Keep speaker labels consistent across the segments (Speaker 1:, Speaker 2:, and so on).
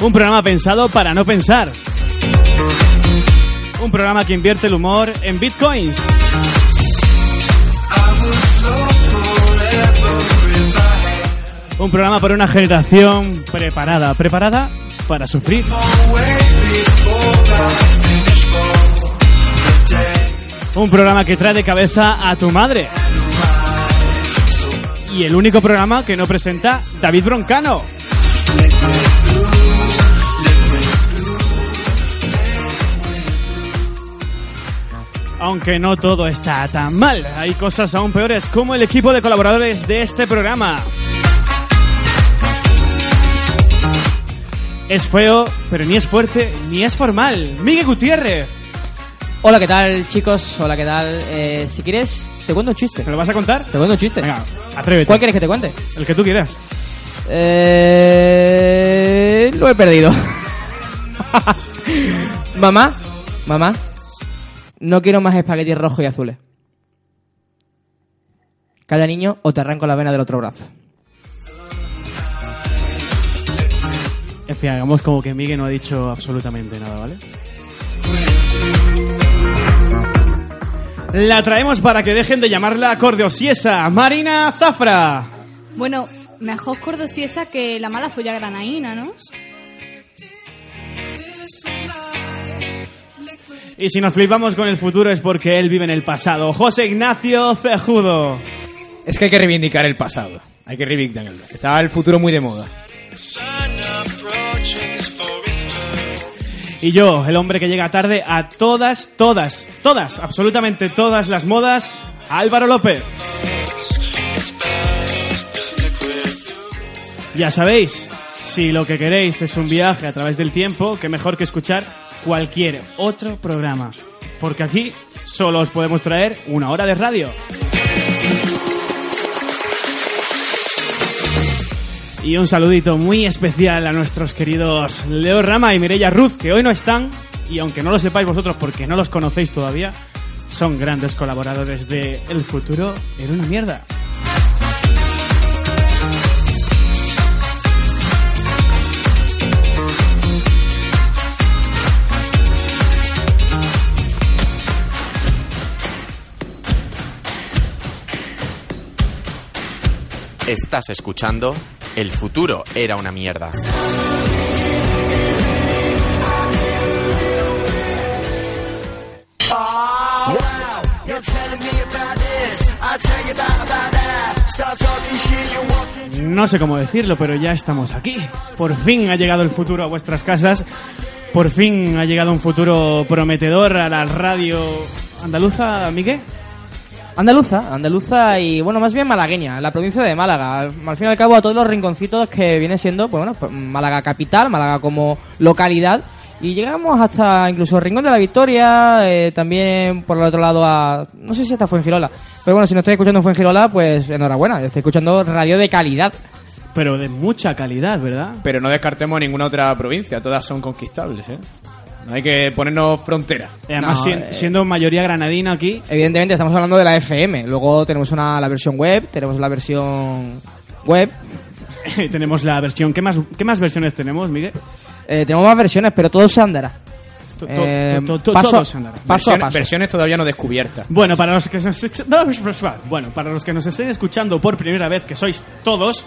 Speaker 1: Un programa pensado para no pensar. Un programa que invierte el humor en bitcoins. Un programa por una generación preparada, preparada para sufrir. Un programa que trae de cabeza a tu madre. Y el único programa que no presenta David Broncano. Aunque no todo está tan mal, hay cosas aún peores como el equipo de colaboradores de este programa. Es feo, pero ni es fuerte, ni es formal. Miguel Gutiérrez,
Speaker 2: Hola, ¿qué tal, chicos? Hola, ¿qué tal? Eh, si quieres, te cuento un chiste.
Speaker 1: ¿me lo vas a contar?
Speaker 2: Te cuento un chiste.
Speaker 1: Venga, atrévete.
Speaker 2: ¿Cuál quieres que te cuente?
Speaker 1: El que tú quieras.
Speaker 2: Eh, lo he perdido. mamá, mamá, no quiero más espaguetis rojos y azules. Calla, niño, o te arranco la vena del otro brazo.
Speaker 1: En fin, hagamos como que Miguel no ha dicho absolutamente nada, ¿vale? La traemos para que dejen de llamarla cordeosiesa, Marina Zafra.
Speaker 3: Bueno, mejor cordosiesa que la mala folla granaína, ¿no?
Speaker 1: Y si nos flipamos con el futuro es porque él vive en el pasado. José Ignacio Cejudo.
Speaker 4: Es que hay que reivindicar el pasado. Hay que reivindicarlo. Está el futuro muy de moda.
Speaker 1: Y yo, el hombre que llega tarde a todas, todas, todas, absolutamente todas las modas, Álvaro López. Ya sabéis, si lo que queréis es un viaje a través del tiempo, que mejor que escuchar cualquier otro programa. Porque aquí solo os podemos traer una hora de radio. Y un saludito muy especial a nuestros queridos Leo Rama y Mireia Ruz, que hoy no están, y aunque no lo sepáis vosotros porque no los conocéis todavía, son grandes colaboradores de El futuro era una mierda.
Speaker 5: Estás escuchando El futuro era una mierda.
Speaker 6: Oh,
Speaker 1: No sé cómo decirlo, pero ya estamos aquí. Por fin ha llegado el futuro a vuestras casas. Por fin ha llegado un futuro prometedor a la radio andaluza, Miguel.
Speaker 2: Andaluza, andaluza y, bueno, más bien malagueña, la provincia de Málaga. Al al fin y al cabo, a todos los rinconcitos que viene siendo, pues bueno, pues, Málaga capital, Málaga como localidad. Y llegamos hasta incluso Rincón de la Victoria, eh, también por el otro lado a... No sé si hasta Fuengirola. Pero bueno, si no estoy escuchando en Fuengirola, pues enhorabuena, estoy escuchando radio de calidad.
Speaker 1: Pero de mucha calidad, ¿verdad?
Speaker 4: Pero no descartemos ninguna otra provincia. Todas son conquistables, ¿eh? No hay que ponernos frontera.
Speaker 1: Y Además,
Speaker 2: No,
Speaker 1: sien-
Speaker 2: eh.
Speaker 1: siendo mayoría granadina aquí,
Speaker 2: Evidentemente estamos hablando de la FM. Luego tenemos una, la versión web, tenemos la versión web.
Speaker 1: tenemos la versión. ¿Qué más, ¿Qué más versiones tenemos, Miguel?
Speaker 2: Eh, tenemos más versiones, pero todo se andará.
Speaker 1: To- to-
Speaker 2: Eh,
Speaker 1: to- to-
Speaker 2: paso,
Speaker 1: todos andarán.
Speaker 2: paso a
Speaker 4: Versiones-
Speaker 2: paso.
Speaker 4: Versiones todavía no descubiertas.
Speaker 1: Bueno, para los que nos, pues, bueno, para los que nos estén escuchando por primera vez, que sois todos,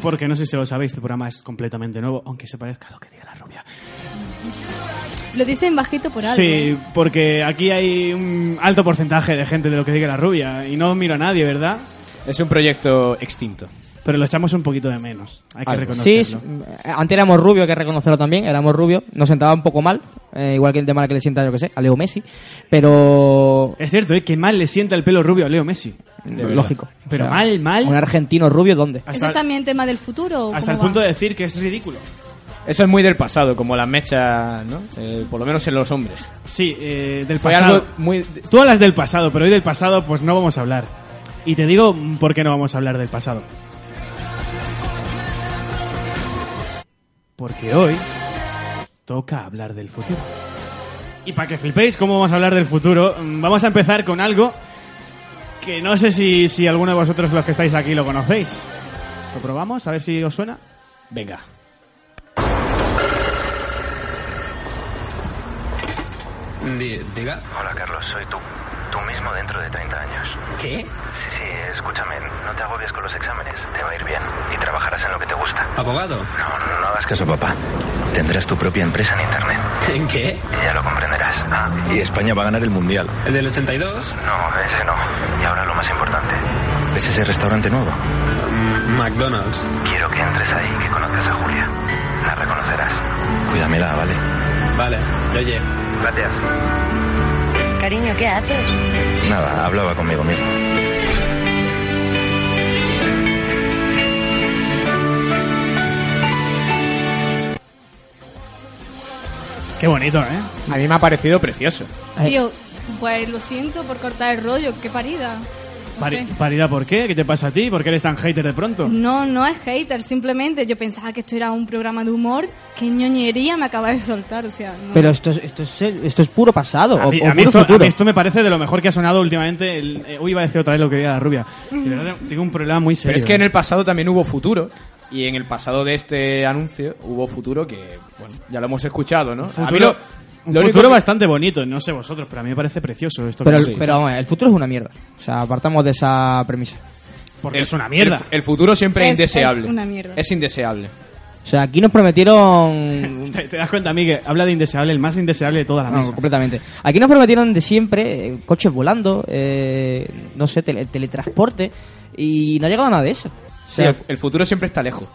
Speaker 1: porque no sé si lo sabéis, este programa es completamente nuevo, aunque se parezca a lo que diga la rubia.
Speaker 3: Lo dicen bajito por algo. ¿eh?
Speaker 1: Sí, porque aquí hay un alto porcentaje de gente de lo que diga la rubia y no miro a nadie, ¿verdad?
Speaker 4: Es un proyecto extinto.
Speaker 1: Pero lo echamos un poquito de menos, hay que
Speaker 4: Algo.
Speaker 2: Sí,
Speaker 1: reconocerlo.
Speaker 2: s-
Speaker 3: eh,
Speaker 2: antes éramos rubio, hay que reconocerlo también, éramos rubio, nos sentaba un poco mal, eh, igual que el de mal que le sienta, yo que sé, a Leo Messi, pero Mm,
Speaker 1: Es cierto, ¿eh? que mal le sienta el pelo rubio a Leo Messi.
Speaker 4: verdad.
Speaker 2: lógico.
Speaker 1: Pero mal, mal.
Speaker 2: Un argentino rubio, ¿dónde?
Speaker 3: ¿Eso es también tema del futuro? o
Speaker 1: Hasta
Speaker 3: cómo
Speaker 1: el
Speaker 3: va?
Speaker 1: punto de decir que es ridículo.
Speaker 4: Eso es muy del pasado, como las mechas, ¿no? Eh, por lo menos en los hombres.
Speaker 1: Sí, eh, del
Speaker 4: Fue
Speaker 1: pasado.
Speaker 4: algo muy...
Speaker 1: Tú hablas del pasado, pero hoy del pasado pues no vamos a hablar. Y te digo mm, por qué no vamos a hablar del pasado. Porque hoy toca hablar del futuro. Y para que flipéis cómo vamos a hablar del futuro, mm, vamos a empezar con algo que no sé si, si alguno de vosotros los que estáis aquí lo conocéis. ¿Lo probamos? A ver si os suena.
Speaker 4: Venga.
Speaker 7: Hola Carlos, soy tú. Tú mismo dentro de 30 años.
Speaker 8: ¿Qué?
Speaker 7: Sí, sí, escúchame, no te agobies con los exámenes, te va a ir bien y trabajarás en lo que te gusta.
Speaker 8: ¿Abogado?
Speaker 7: No, no hagas caso, papá. Tendrás tu propia empresa en Internet.
Speaker 8: ¿En qué?
Speaker 7: Y ya lo comprenderás. Ah,
Speaker 9: Y España va a ganar el mundial.
Speaker 8: ¿El del 82?
Speaker 7: no, ese no. Y ahora lo más importante.
Speaker 9: ¿Es ese restaurante nuevo?
Speaker 8: Mm, McDonald's.
Speaker 7: Quiero que entres ahí y que conozcas a Julia. La reconocerás.
Speaker 9: Cuídamela, ¿vale?
Speaker 8: Vale, oye.
Speaker 7: Gracias.
Speaker 10: Cariño, ¿qué haces?
Speaker 9: Nada, hablaba conmigo mismo.
Speaker 1: Qué bonito, ¿eh?
Speaker 4: A mí me ha parecido precioso.
Speaker 3: Tío, pues lo siento por cortar el rollo, qué parida. No
Speaker 1: Pari-
Speaker 3: sé.
Speaker 1: Parida, ¿por qué? ¿Qué te pasa a ti? ¿Por qué eres tan hater de pronto?
Speaker 3: No, no es hater, simplemente yo pensaba que esto era un programa de humor. Qué ñoñería me acaba de soltar, o sea, no.
Speaker 2: Pero esto es, esto es, el- esto es puro pasado
Speaker 1: A
Speaker 2: o,
Speaker 1: mí,
Speaker 2: o
Speaker 1: a mí
Speaker 2: puro
Speaker 1: esto, a
Speaker 2: futuro.
Speaker 1: mí esto me parece de lo mejor que ha sonado últimamente. el- eh, uy, iba a decir otra vez lo que diga la rubia. De verdad, tengo un problema muy serio.
Speaker 4: Pero es que en el pasado también hubo futuro. Y en el pasado de este anuncio hubo futuro que, bueno, ya lo hemos escuchado, ¿no?
Speaker 1: Futuro-
Speaker 4: a mí lo,
Speaker 1: un
Speaker 4: lo único
Speaker 1: futuro
Speaker 4: que-
Speaker 1: bastante bonito. No sé vosotros, pero a mí me parece precioso esto.
Speaker 2: Pero,
Speaker 1: que
Speaker 2: el- pero vamos a ver, el futuro es una mierda. O sea, apartamos de esa premisa.
Speaker 1: porque es una mierda.
Speaker 4: El, el futuro siempre es,
Speaker 3: Es-
Speaker 4: indeseable.
Speaker 3: es una mierda.
Speaker 4: Es indeseable.
Speaker 2: O sea, aquí nos prometieron
Speaker 1: te, te das cuenta, Miguel, habla de indeseable, el más indeseable de toda la
Speaker 2: No,
Speaker 1: mesa.
Speaker 2: completamente. Aquí nos prometieron de siempre eh, coches volando, eh, no sé, tele- teletransporte, y no ha llegado nada de eso. O
Speaker 4: Sí,
Speaker 2: sea,
Speaker 4: el, el futuro siempre está lejos.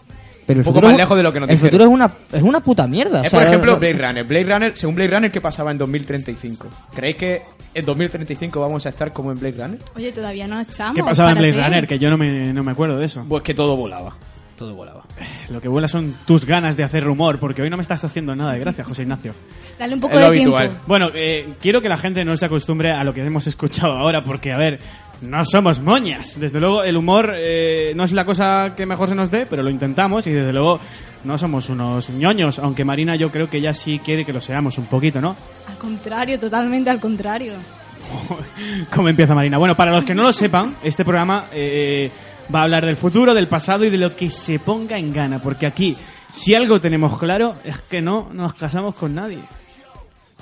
Speaker 2: pero
Speaker 4: un poco más lejos de lo que nos
Speaker 2: El
Speaker 4: dijeron.
Speaker 2: futuro es una, es una puta mierda. o
Speaker 4: Es,
Speaker 2: sea,
Speaker 4: Eh, por ejemplo,
Speaker 2: no-
Speaker 4: Blade Runner. Blade Runner, según Blade Runner, ¿qué pasaba en 2035? ¿Creéis que en 2035 vamos a estar como en Blade Runner?
Speaker 3: Oye, todavía no estamos.
Speaker 1: ¿Qué pasaba en Blade
Speaker 3: párate.
Speaker 1: Runner? Que yo no me, no me acuerdo de eso. Eh,
Speaker 4: Pues que todo volaba. Todo volaba.
Speaker 1: Lo que vuela son tus ganas de hacer rumor, porque hoy no me estás haciendo nada de gracia, José Ignacio.
Speaker 3: Dale un poco
Speaker 4: Es
Speaker 3: de
Speaker 4: lo habitual.
Speaker 3: tiempo.
Speaker 1: Bueno, eh, quiero que la gente no se acostumbre a lo que hemos escuchado ahora, porque, a ver, no somos moñas. Desde luego, el humor eh, no es la cosa que mejor se nos dé, pero lo intentamos y, desde luego, no somos unos ñoños, aunque Marina yo creo que ya sí quiere que lo seamos un poquito, ¿no?
Speaker 3: Al contrario, totalmente al contrario.
Speaker 1: ¿Cómo empieza Marina? Bueno, para los que no lo sepan, este programa eh, va a hablar del futuro, del pasado y de lo que se ponga en gana, porque aquí, si algo tenemos claro, es que no nos casamos con nadie.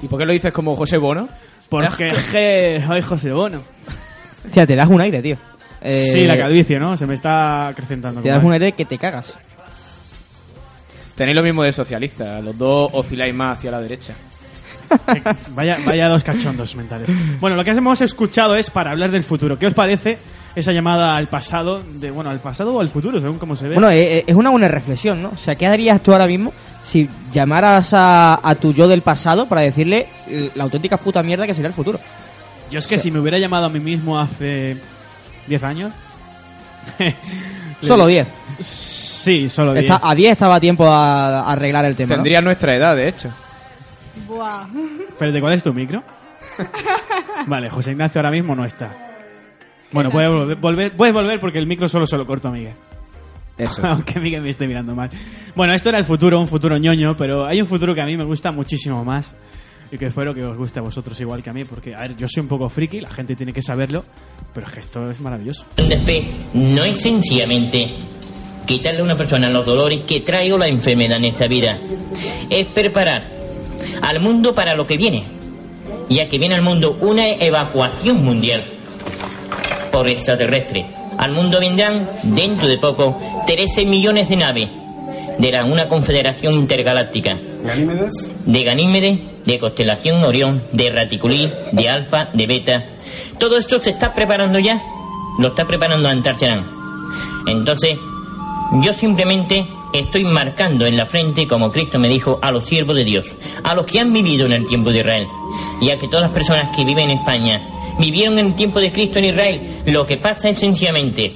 Speaker 4: ¿Y por qué lo dices como José Bono?
Speaker 1: Porque, je, soy José Bono.
Speaker 2: Hostia, te das un aire, tío. Eh,
Speaker 1: sí, la calvicie, ¿no? Se me está acrecentando.
Speaker 2: Te das un
Speaker 1: compadre.
Speaker 2: aire que te cagas.
Speaker 4: Tenéis lo mismo de socialista. Los dos osciláis más hacia la derecha.
Speaker 1: Vaya, vaya dos cachondos mentales. Bueno, lo que hemos escuchado es para hablar del futuro. ¿Qué os parece esa llamada al pasado? de Bueno, al pasado o al futuro, según cómo se ve.
Speaker 2: Bueno, eh, eh, es una buena reflexión, ¿no? O sea, ¿qué harías tú ahora mismo si llamaras a, a tu yo del pasado para decirle eh, la auténtica puta mierda que sería el futuro?
Speaker 1: Yo es que si me hubiera llamado a mí mismo hace 10 años...
Speaker 2: Solo 10.
Speaker 1: Sí, solo 10.
Speaker 2: Está- A 10 estaba a tiempo a, a arreglar el tema. ¿no?
Speaker 4: Tendría nuestra edad, de hecho.
Speaker 3: Buah.
Speaker 1: Espérate, ¿cuál es tu micro? vale, José Ignacio ahora mismo no está. Bueno, puedes volver, volver- puedes volver porque el micro solo se lo corto a Miguel.
Speaker 4: Eso.
Speaker 1: Aunque Miguel me esté mirando mal. Bueno, esto era el futuro, un futuro ñoño, pero hay un futuro que a mí me gusta muchísimo más. Y que espero que os guste a vosotros igual que a mí, porque, a ver, yo soy un poco friki, la gente tiene que saberlo, pero es que esto es maravilloso.
Speaker 8: no es sencillamente quitarle a una persona los dolores que trae o la enfermedad en esta vida. Es preparar al mundo para lo que viene, ya que viene al mundo una evacuación mundial por extraterrestre. Al mundo vendrán, dentro de poco, 13 millones de naves de la, una confederación intergaláctica. De Ganímedes, de Constelación Orión, de Raticulí, de Alfa, de Beta. Todo esto se está preparando ya. Lo está preparando Antarcharán. Entonces, yo simplemente estoy marcando en la frente, como Cristo me dijo, a los siervos de Dios, a los que han vivido en el tiempo de Israel, ya que todas las personas que viven en España vivieron en tiempo de Cristo en Israel. Lo que pasa es sencillamente,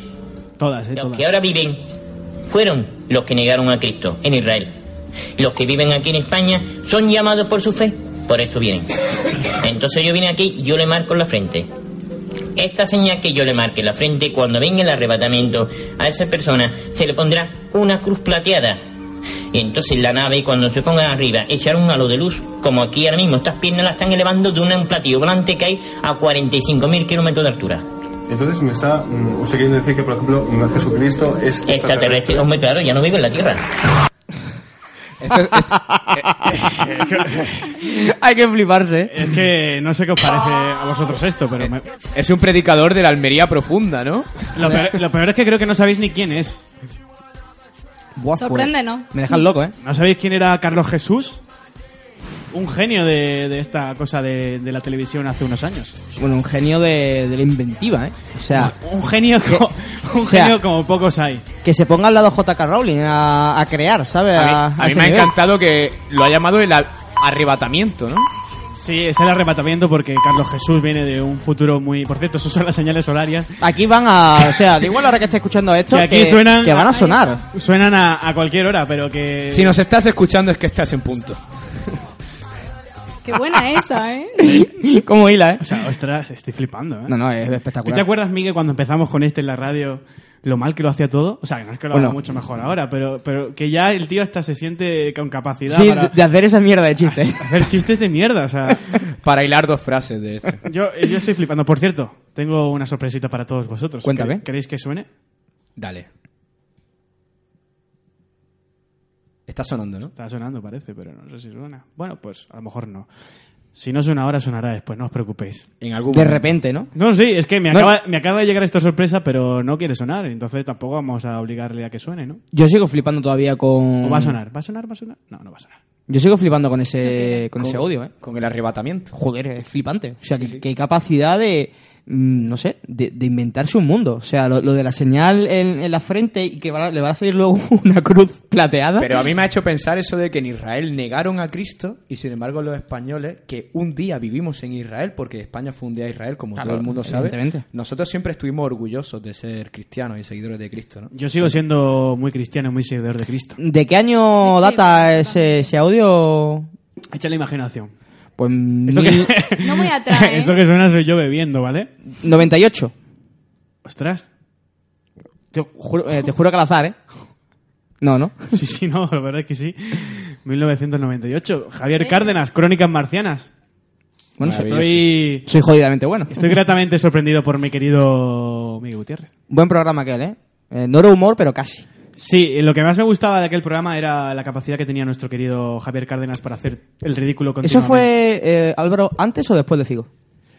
Speaker 1: Todas, eh,
Speaker 8: los
Speaker 1: todas.
Speaker 8: que ahora viven fueron los que negaron a Cristo en Israel. Los que viven aquí en España son llamados por su fe, por eso vienen. Entonces yo vine aquí, yo le marco en la frente. Esta señal que yo le marque en la frente, cuando venga el arrebatamiento a esa persona, se le pondrá una cruz plateada. Y entonces la nave, cuando se ponga arriba, echará un halo de luz, como aquí ahora mismo. Estas piernas las están elevando de un platillo volante que hay a 45.000 kilómetros de altura.
Speaker 11: Entonces me está, mm, usted quiere decir que por ejemplo mm, Jesucristo es
Speaker 8: Extraterrestre, hombre, claro, ya no vive en la Tierra.
Speaker 2: Hay que fliparse. ¿eh?
Speaker 1: Es que no sé qué os parece a vosotros esto, pero... me-
Speaker 4: Es un predicador de la Almería profunda, ¿no?
Speaker 1: Lo, peor, lo peor es que creo que no sabéis ni quién es.
Speaker 3: Sorprende, ¿no?
Speaker 2: Me dejan loco, ¿eh?
Speaker 1: ¿No sabéis quién era Carlos Jesús? Un genio de, de esta cosa de, de la televisión hace unos años. Ah,
Speaker 2: Bueno, un genio de, de la inventiva, ¿eh? O sea,
Speaker 1: Un genio, como, un
Speaker 2: O sea,
Speaker 1: genio como pocos hay.
Speaker 2: que se ponga al lado J.K. Rowling a, a crear, ¿sabes?
Speaker 4: A mí,
Speaker 2: A,
Speaker 4: a
Speaker 2: a
Speaker 4: mí
Speaker 2: ese
Speaker 4: me ha
Speaker 2: nivel.
Speaker 4: encantado que lo ha llamado el a- arrebatamiento, ¿no?
Speaker 1: Sí, es el arrebatamiento porque Carlos Jesús viene de un futuro muy... Por cierto, esas son las señales horarias.
Speaker 2: Aquí van a. O sea, al igual ahora que esté escuchando esto,
Speaker 1: Que
Speaker 2: que,
Speaker 1: aquí suenan-
Speaker 2: que van a sonar.
Speaker 1: Suenan a, a cualquier hora, pero que...
Speaker 4: Si nos estás escuchando es que estás en punto.
Speaker 3: Qué buena esa, ¿eh?
Speaker 2: Como hila, ¿eh?
Speaker 1: O sea, ostras, estoy flipando, ¿eh?
Speaker 2: No, no, es
Speaker 1: ¿Tú
Speaker 2: espectacular.
Speaker 1: te acuerdas, Miguel, cuando empezamos con este en la radio, lo mal que lo hacía todo? O sea, que no es que lo haga
Speaker 2: Bueno.
Speaker 1: mucho mejor ahora, pero, pero que ya el tío hasta se siente con capacidad
Speaker 2: Sí,
Speaker 1: para
Speaker 2: de- de hacer esa mierda de chiste.
Speaker 1: hacer chistes de mierda, o sea...
Speaker 4: Para hilar dos frases, de hecho.
Speaker 1: Yo, yo estoy flipando. Por cierto, tengo una sorpresita para todos vosotros.
Speaker 2: Cuéntame.
Speaker 1: ¿Quere- ¿Queréis que suene?
Speaker 4: Dale. Está sonando, ¿no?
Speaker 1: Está sonando, parece, pero no sé si suena. Bueno, pues a lo mejor no. Si no suena ahora, sonará después, no os preocupéis.
Speaker 4: En algún
Speaker 2: De
Speaker 4: momento.
Speaker 2: repente, ¿no?
Speaker 1: No, sí, es que me
Speaker 2: No.
Speaker 1: acaba, me acaba de llegar esta sorpresa, pero no quiere sonar, entonces tampoco vamos a obligarle a que suene, ¿no?
Speaker 2: Yo sigo flipando todavía con.
Speaker 1: ¿O va a sonar? ¿Va a sonar? ¿Va a sonar? No, no va a sonar.
Speaker 2: Yo sigo flipando con ese, con ese audio, ¿eh?
Speaker 4: Con el arrebatamiento.
Speaker 2: Joder, es flipante. O sea, que, que hay capacidad de. mm, No sé, de, de inventarse un mundo. O sea, lo, lo de la señal en, en la frente y que va a- le va a salir luego una cruz plateada.
Speaker 4: Pero a mí me ha hecho pensar eso de que en Israel negaron a Cristo y sin embargo los españoles, que un día vivimos en Israel, porque España fue un día de Israel, como
Speaker 2: Claro,
Speaker 4: todo el mundo sabe,
Speaker 2: evidentemente.
Speaker 4: nosotros siempre estuvimos orgullosos de ser cristianos y seguidores de Cristo, ¿no?
Speaker 1: Yo sigo siendo muy cristiano, muy seguidor de Cristo.
Speaker 2: ¿De qué año data ese, ese audio?
Speaker 1: Echa la imaginación.
Speaker 2: Pues.
Speaker 1: Esto que,
Speaker 2: mil-
Speaker 3: No muy atrás, ¿eh?
Speaker 1: esto que suena soy yo bebiendo, ¿vale?
Speaker 2: 98.
Speaker 1: Ostras.
Speaker 2: Te juro, eh, te juro que al azar, ¿eh? No, ¿no?
Speaker 1: Sí, sí, no, la verdad es que sí. 1998. Javier Cárdenas, Crónicas Marcianas.
Speaker 2: Bueno, soy,
Speaker 1: Estoy,
Speaker 2: soy jodidamente bueno.
Speaker 1: estoy gratamente sorprendido por mi querido Miguel Gutiérrez.
Speaker 2: Buen programa aquel, ¿eh? Eh, No era humor, pero casi.
Speaker 1: Sí, lo que más me gustaba de aquel programa era la capacidad que tenía nuestro querido Javier Cárdenas para hacer el ridículo
Speaker 2: ¿Eso
Speaker 1: continuamente.
Speaker 2: fue, eh, Álvaro, antes o después de Figo?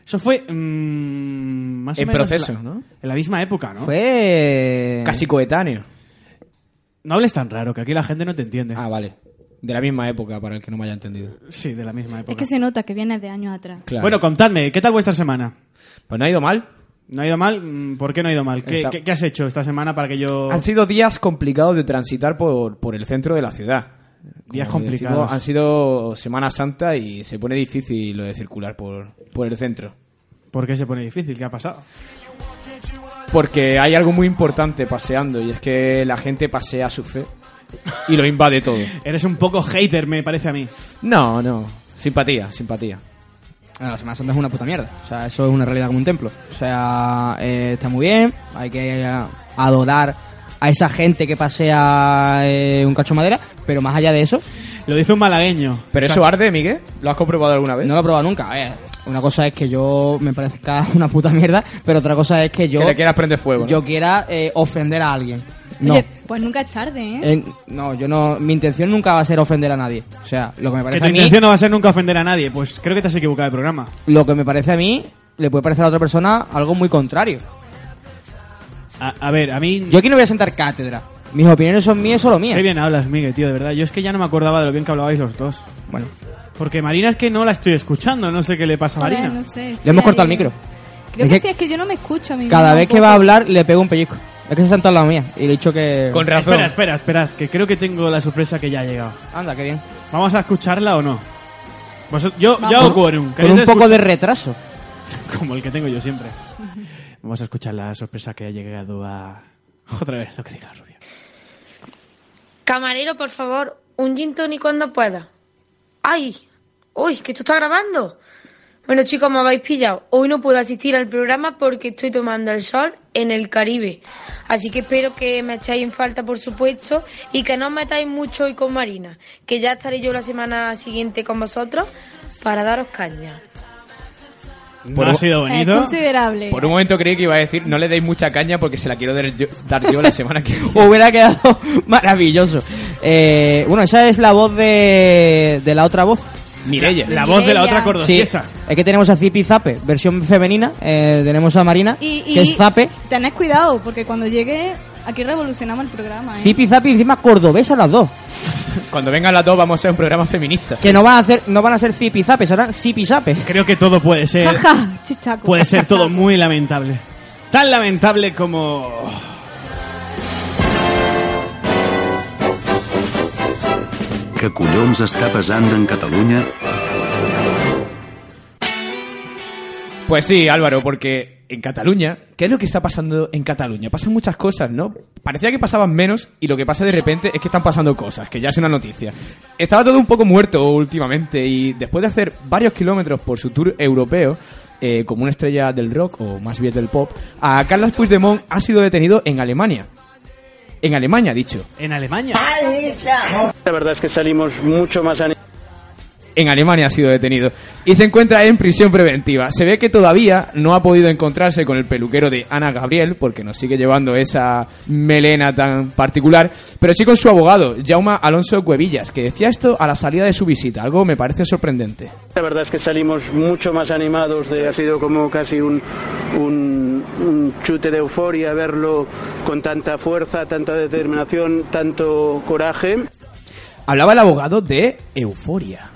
Speaker 1: Eso fue. mm, más o
Speaker 4: En
Speaker 1: menos
Speaker 4: proceso,
Speaker 1: la-
Speaker 4: ¿no?
Speaker 1: En la misma época, ¿no?
Speaker 2: Fue...
Speaker 4: Casi coetáneo.
Speaker 1: No hables tan raro, que aquí la gente no te entiende.
Speaker 4: Ah, vale. De la misma época, para el que no me haya entendido.
Speaker 1: Sí, de la misma época.
Speaker 3: Es que se nota que viene de años atrás.
Speaker 4: Claro.
Speaker 1: Bueno, contadme, ¿qué tal vuestra semana?
Speaker 4: pues no ha ido mal.
Speaker 1: ¿No ha ido mal? Mm, ¿Por qué no ha ido mal? ¿Qué,
Speaker 4: Está-
Speaker 1: qué- qué has hecho esta semana para que yo...
Speaker 4: Han sido días complicados de transitar por, por el centro de la ciudad. Como
Speaker 1: Días
Speaker 4: decimos,
Speaker 1: complicados.
Speaker 4: han sido Semana Santa y se pone difícil lo de circular por, por el centro.
Speaker 1: ¿Por qué se pone difícil? ¿Qué ha pasado?
Speaker 4: Porque hay algo muy importante paseando y es que la gente pasea su fe y lo invade todo.
Speaker 1: Eres un poco hater, me parece a mí.
Speaker 4: No, no. Simpatía, simpatía.
Speaker 2: Bueno, la Semana Santa es una puta mierda. O sea, eso es una realidad como un templo. O sea, eh, está muy bien. Hay que eh, adorar a esa gente que pasea eh, un cacho de madera. Pero más allá de eso,
Speaker 1: Lo dice un malagueño.
Speaker 4: ¿Pero
Speaker 1: O sea,
Speaker 4: eso arde, Miguel? ¿Lo has comprobado alguna vez?
Speaker 2: no lo he probado nunca. A ver, una cosa es que yo me parezca una puta mierda. Pero otra cosa es que yo,
Speaker 4: Que le quieras prender fuego. ¿no?
Speaker 2: yo quiera eh, ofender a alguien. No.
Speaker 3: Oye, pues nunca es tarde, ¿eh?
Speaker 2: Eh, no, yo no. Mi intención nunca va a ser ofender a nadie. O sea, lo que me
Speaker 1: Que
Speaker 2: parece
Speaker 1: tu
Speaker 2: a mí.
Speaker 1: intención no va a ser nunca ofender a nadie. Pues creo que te has equivocado de programa.
Speaker 2: Lo que me parece a mí le puede parecer a otra persona algo muy contrario.
Speaker 1: A, a ver, a mí...
Speaker 2: Yo aquí no voy a sentar cátedra. Mis opiniones son mías, solo mías.
Speaker 1: Qué bien hablas, Miguel, tío, de verdad. Yo es que ya no me acordaba de lo bien que hablabais los dos.
Speaker 2: Bueno,
Speaker 1: Porque Marina es que no la estoy escuchando. No sé qué le pasa a
Speaker 3: Joder,
Speaker 1: Marina.
Speaker 3: no sé,
Speaker 2: le
Speaker 3: estoy
Speaker 2: hemos cortado el
Speaker 3: ahí.
Speaker 2: micro.
Speaker 3: Creo
Speaker 2: Es
Speaker 3: que,
Speaker 2: que
Speaker 3: sí, es que yo no me escucho a mí
Speaker 2: Cada
Speaker 3: misma
Speaker 2: vez
Speaker 3: un
Speaker 2: que
Speaker 3: poco.
Speaker 2: va a hablar le pego un pellizco. Es que se sentó al lado mía y le he dicho que...
Speaker 4: Con razón.
Speaker 1: Espera, espera, espera, que creo que tengo la sorpresa que ya ha llegado.
Speaker 2: Anda, qué bien.
Speaker 1: ¿Vamos a escucharla o no? Vosot- yo,
Speaker 3: Vamos.
Speaker 1: yo hago quórum.
Speaker 2: Con
Speaker 1: ¿Queréis
Speaker 2: un poco de
Speaker 1: escuchar?
Speaker 2: retraso.
Speaker 1: como el que tengo yo siempre. Vamos a escuchar la sorpresa que ha llegado a... Otra vez, lo que diga Rubio.
Speaker 12: Camarero, por favor, un gin tonic cuando pueda. ¡Ay! ¡Uy, que esto está grabando! Bueno, chicos, me habéis pillado. Hoy no puedo asistir al programa porque estoy tomando el sol en el Caribe. Así que espero que me echáis en falta, por supuesto, y que no os metáis mucho hoy con Marina, que ya estaré yo la semana siguiente con vosotros para daros caña.
Speaker 1: No ha sido
Speaker 12: Eh,
Speaker 3: Es considerable.
Speaker 4: Por un momento creí que iba a decir, no le deis mucha caña porque se la quiero dar yo, dar yo la semana que viene.
Speaker 2: Hubiera quedado maravilloso. Eh, bueno, esa es la voz de, de la otra voz.
Speaker 4: Mireia.
Speaker 1: La voz de la otra cordosiesa.
Speaker 2: Sí, es que tenemos a Zipi Zape, versión femenina. eh, tenemos a Marina,
Speaker 3: Y,
Speaker 2: que es Zape.
Speaker 3: Tened cuidado, porque cuando llegue, aquí revolucionamos el programa. ¿eh?
Speaker 2: Zipi Zape encima cordobesa las dos.
Speaker 4: Cuando vengan las dos vamos a hacer un programa feminista.
Speaker 2: Que no van a hacer, no van a ser Zipi Zape, serán Zipi Zape.
Speaker 1: Creo que todo puede ser.
Speaker 3: Jaja, chistaco.
Speaker 1: Puede ser todo muy lamentable. Tan lamentable como...
Speaker 13: Que collons està passant en Catalunya?
Speaker 4: Pues sí, Álvaro, porque en Cataluña, ¿qué es lo que está pasando en Cataluña? Pasan muchas cosas, ¿no? Parecía que pasaban menos y lo que pasa de repente es que están pasando cosas, que ya es una noticia. Estaba todo un poco muerto últimamente y después de hacer varios kilómetros por su tour europeo, eh, como una estrella del rock o más bien del pop, a Carlos Puigdemont ha sido detenido en Alemania. En Alemania, dicho.
Speaker 1: En Alemania.
Speaker 14: La verdad es que salimos mucho más
Speaker 4: en Alemania ha sido detenido y se encuentra en prisión preventiva. Se ve que todavía no ha podido encontrarse con el peluquero de Ana Gabriel porque nos sigue llevando esa melena tan particular, pero sí con su abogado, Jauma Alonso Cuevillas, que decía esto a la salida de su visita, algo me parece sorprendente.
Speaker 14: La verdad es que salimos mucho más animados. De, ha sido como casi un, un, un chute de euforia verlo con tanta fuerza, tanta determinación, tanto coraje.
Speaker 4: Hablaba el abogado de euforia.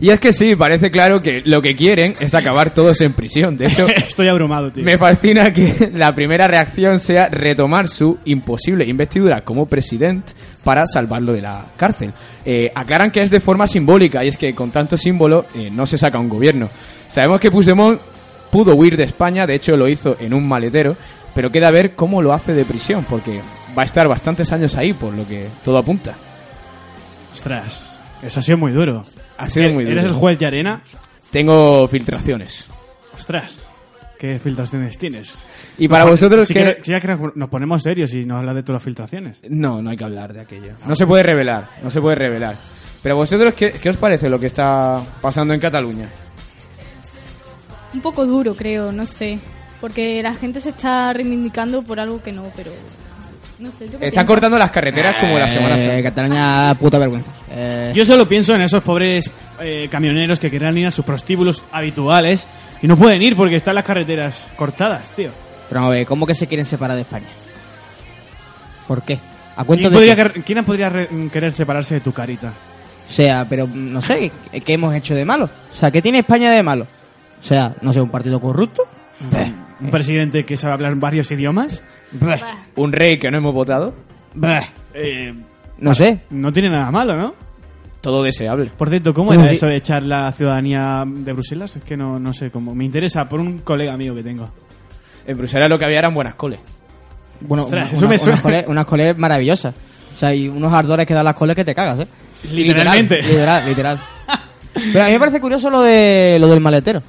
Speaker 4: Y es que sí, parece claro que lo que quieren es acabar todos en prisión. De hecho,
Speaker 1: Estoy abrumado, tío.
Speaker 4: Me fascina que la primera reacción sea retomar su imposible investidura como presidente para salvarlo de la cárcel. Eh, aclaran que es de forma simbólica y es que con tanto símbolo eh, no se saca un gobierno. Sabemos que Puigdemont pudo huir de España, de hecho lo hizo en un maletero, pero queda ver cómo lo hace de prisión porque va a estar bastantes años ahí por lo que todo apunta.
Speaker 1: Ostras, eso ha sido muy duro.
Speaker 4: Ha sido
Speaker 1: ¿Eres-
Speaker 4: muy duro.
Speaker 1: ¿Eres el juez de arena?
Speaker 4: Tengo filtraciones.
Speaker 1: Ostras, qué filtraciones tienes.
Speaker 4: Y para vosotros
Speaker 1: si
Speaker 4: que-
Speaker 1: quiere- si ya que nos- nos ponemos serios y nos hablas de todas las filtraciones.
Speaker 4: No, no hay que hablar de aquello. No se puede revelar, no se puede revelar. Pero vosotros, ¿qué, qué os parece lo que está pasando en Cataluña?
Speaker 3: Un poco duro, creo, no sé. Porque la gente se está reivindicando por algo que no, pero. No sé. Yo qué
Speaker 4: Están
Speaker 3: pienso.
Speaker 4: cortando las carreteras como la Semana Santa.
Speaker 2: Eh, Cataluña, puta vergüenza. Eh,
Speaker 1: Yo solo pienso en esos pobres eh, camioneros que querrán ir a sus prostíbulos habituales y no pueden ir porque están las carreteras cortadas, tío.
Speaker 2: Pero vamos a ver, ¿cómo que se quieren separar de España? ¿Por qué? ¿A cuento
Speaker 1: ¿Quién
Speaker 2: de
Speaker 1: podría,
Speaker 2: qué?
Speaker 1: quer- quién podría re- querer separarse de tu carita?
Speaker 2: O sea, pero mm, no sé, ¿qué, qué hemos hecho de malo? O sea, ¿qué tiene España de malo? O sea, no sé, un partido corrupto.
Speaker 1: ¿Un presidente que sabe hablar varios idiomas?
Speaker 4: ¿Un rey que no hemos votado? Eh,
Speaker 2: no sé.
Speaker 1: No tiene nada malo, ¿no?
Speaker 4: Todo deseable.
Speaker 1: Por cierto, ¿cómo
Speaker 4: Bueno,
Speaker 1: era
Speaker 4: sí.
Speaker 1: eso de echar la ciudadanía de Bruselas? Es que no, no sé cómo. Me interesa por un colega mío que tengo.
Speaker 4: En Bruselas lo que había eran buenas coles.
Speaker 2: Bueno,
Speaker 1: Ostras,
Speaker 2: una-
Speaker 1: eso
Speaker 2: una-
Speaker 1: me suena.
Speaker 2: Unas coles, unas coles maravillosas. O sea, y unos ardores que dan las coles que te cagas, ¿eh?
Speaker 1: Literalmente.
Speaker 2: Literal, literal. literal. Pero a mí me parece curioso lo, de, lo del maletero.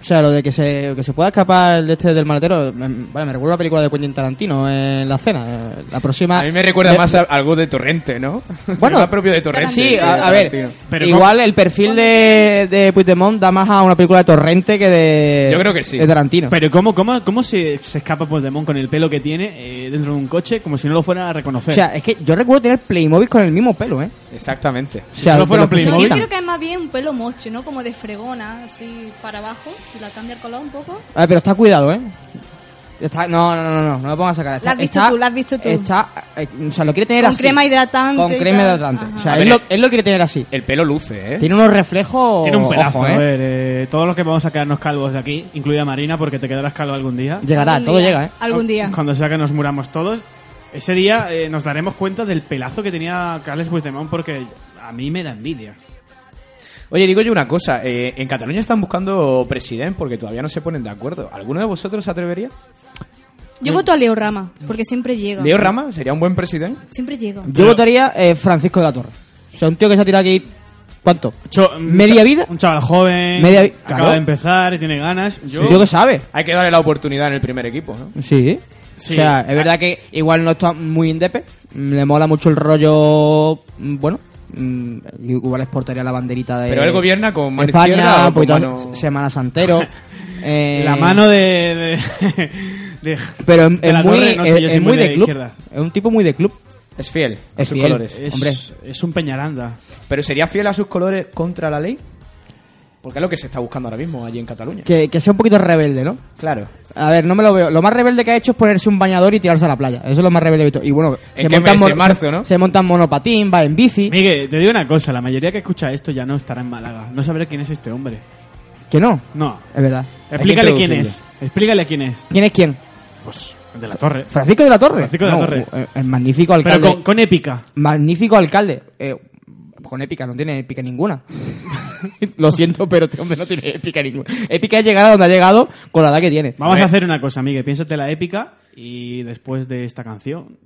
Speaker 2: O sea, lo de que se, que se pueda escapar de este del maletero. Me, vale, me recuerda a la película de Quentin Tarantino, en la cena. eh, La próxima.
Speaker 4: A mí me recuerda
Speaker 2: Me-
Speaker 4: más a algo de Torrente, ¿no? Bueno, propio de Torrente.
Speaker 2: Sí, a, a
Speaker 4: de
Speaker 2: ver,
Speaker 4: Tarantino.
Speaker 2: igual el perfil de, de Puigdemont da más a una película de Torrente que de,
Speaker 1: Yo creo que sí.
Speaker 2: de Eh, Tarantino.
Speaker 1: Pero ¿cómo, cómo, cómo se, se escapa Puigdemont con el pelo que tiene eh, dentro de un coche como si no lo fuera a
Speaker 2: o
Speaker 1: reconocer?
Speaker 2: sea, es que yo recuerdo tener Playmobil con el mismo pelo, ¿eh?
Speaker 4: Exactamente.
Speaker 2: O sea,
Speaker 1: Si no fuera
Speaker 2: de los que se
Speaker 3: No, yo
Speaker 2: quitan.
Speaker 3: creo que es más bien un pelo mocho, ¿no? Como de fregona, así para abajo, si la cambia el color un poco.
Speaker 2: A ver, pero está cuidado, ¿eh? Está, no, no, no, no, no me pongas a sacar. Está,
Speaker 3: La has visto
Speaker 2: está-
Speaker 3: tú, la has visto tú.
Speaker 2: Está, eh, o sea, lo quiere tener
Speaker 3: Con
Speaker 2: así.
Speaker 3: crema hidratante.
Speaker 2: Con
Speaker 3: y
Speaker 2: crema
Speaker 3: tal.
Speaker 2: hidratante.
Speaker 3: Ajá.
Speaker 2: O sea,
Speaker 4: A
Speaker 2: él
Speaker 4: ver,
Speaker 2: lo, él lo quiere tener así.
Speaker 4: El pelo luce, ¿eh?
Speaker 2: Tiene unos reflejos.
Speaker 1: Tiene un pelazo,
Speaker 2: ojo,
Speaker 1: a
Speaker 2: ¿eh?
Speaker 1: ver, eh, todos los que vamos a quedarnos calvos de aquí, incluida Marina, porque te quedarás calvo algún día.
Speaker 2: Llegará, Algún todo día, llega, ¿eh?
Speaker 3: algún día.
Speaker 1: Cuando sea que nos muramos todos, ese día eh, nos daremos cuenta del pelazo que tenía Carles Puigdemont, porque a mí me da envidia.
Speaker 4: Oye, digo yo una cosa. eh, en Cataluña están buscando presidente porque todavía no se ponen de acuerdo. ¿Alguno de vosotros se atrevería?
Speaker 3: Yo voto a Leo Rama, porque siempre llega.
Speaker 4: ¿Leo Rama sería un buen presidente?
Speaker 3: Siempre llega.
Speaker 2: Yo votaría eh, Francisco de la Torre. O sea, un tío que se ha tirado aquí. ¿Cuánto? ¿Media
Speaker 1: cha-
Speaker 2: vida?
Speaker 1: Un chaval joven,
Speaker 2: Media vi-
Speaker 1: acaba
Speaker 2: claro.
Speaker 1: de empezar y tiene ganas. Yo,
Speaker 2: Tío que sabe.
Speaker 4: Hay que darle la oportunidad en el primer equipo, ¿no?
Speaker 2: Sí. O sea, es verdad que igual no está muy indepe. mm, Le mola mucho el rollo. mm, Bueno, mm, igual exportaría la banderita de.
Speaker 4: Pero él gobierna con mano
Speaker 2: España,
Speaker 4: izquierda o con
Speaker 2: poquito-
Speaker 4: mano-
Speaker 2: Semana Santero. eh,
Speaker 1: La mano de. de, de-
Speaker 2: Pero es,
Speaker 1: de
Speaker 2: es
Speaker 1: la
Speaker 2: muy,
Speaker 1: Torre, no sé,
Speaker 2: es-
Speaker 1: yo
Speaker 2: es
Speaker 1: soy
Speaker 2: muy de club.
Speaker 1: izquierda.
Speaker 2: Es un tipo muy de club.
Speaker 4: Es fiel a
Speaker 2: Es
Speaker 4: sus
Speaker 2: fiel,
Speaker 4: colores.
Speaker 2: es-
Speaker 4: Hombre.
Speaker 1: Es un Peñaranda.
Speaker 4: Pero sería fiel a sus colores contra la ley? Porque es lo que se está buscando ahora mismo allí en Cataluña.
Speaker 2: Que, que sea un poquito rebelde, ¿no?
Speaker 4: Claro.
Speaker 2: A ver, no me lo veo. Lo más rebelde que ha hecho es ponerse un bañador y tirarse a la playa. Eso es lo más rebelde que he visto. Y bueno,
Speaker 1: ¿En qué mes?
Speaker 2: mon-
Speaker 1: En marzo,
Speaker 2: se- se montan monopatín, va en bici.
Speaker 1: Miguel, te digo una cosa: la mayoría que escucha esto ya no estará en Málaga. No sabrá quién es este hombre.
Speaker 2: Que no.
Speaker 1: No.
Speaker 2: Es verdad.
Speaker 1: Explícale quién es. Explícale quién es.
Speaker 2: ¿Quién es quién?
Speaker 1: Pues de la Torre.
Speaker 2: Francisco de la Torre.
Speaker 1: Francisco de la
Speaker 2: No,
Speaker 1: Torre.
Speaker 2: eh, El magnífico
Speaker 1: Pero
Speaker 2: alcalde.
Speaker 1: con, con épica.
Speaker 2: Magnífico alcalde. Eh, con épica, no tiene épica ninguna. Lo siento, pero este hombre no tiene épica ninguna. Épica es llegar a donde ha llegado con la edad que tiene.
Speaker 1: Vamos a, hacer una cosa, Miguel. Piénsate la épica y después de esta canción,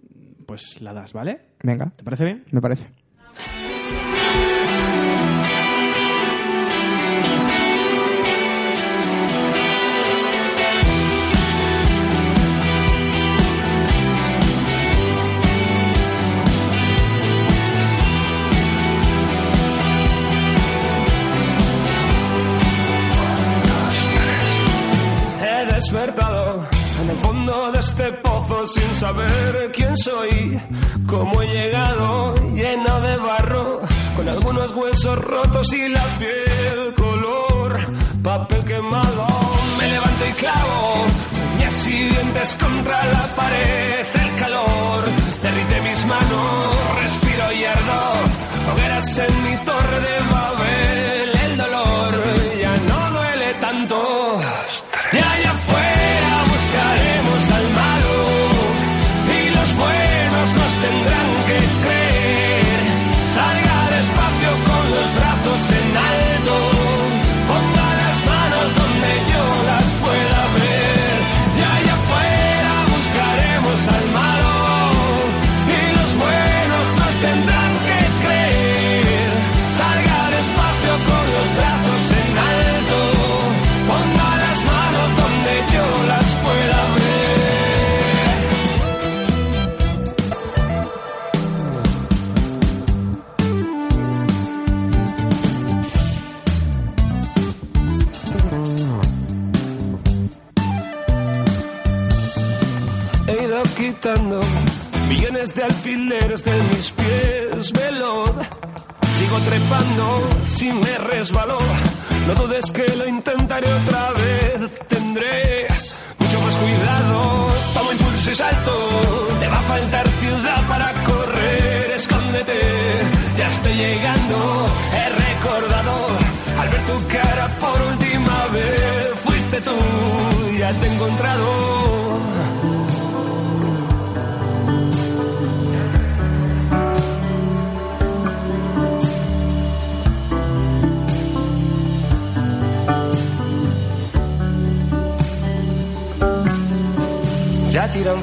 Speaker 1: pues la das, ¿vale?
Speaker 2: Venga.
Speaker 1: ¿Te parece bien?
Speaker 2: Me parece.
Speaker 15: He despertado en el fondo de este pozo sin saber quién soy, cómo he llegado lleno de barro, con algunos huesos rotos y la piel color papel quemado. Me levanto y clavo uñas y dientes contra la pared, el calor derrite mis manos, respiro y ardo, hogueras en mi torre de Babel, el dolor ya no duele tanto. De allá afuera buscaremos al malo y los buenos nos tendrán que creer. Salga despacio con los brazos en alto, ponga las manos donde yo las pueda ver. De allá afuera buscaremos al malo y los buenos nos tendrán que creer. Salga despacio con los brazos en alto, ponga las manos donde yo las pueda ver. He ido quitando millones de alfileres de mis pies, veloz. Sigo trepando si me resbaló. No dudes que lo intentaré otra vez. Tendré mucho más cuidado. Tomo impulso y salto. Te va a faltar ciudad para correr. Escóndete. Ya estoy llegando. He recordado al ver tu cara por última vez. Fuiste tú. Ya te he encontrado. Ya tiran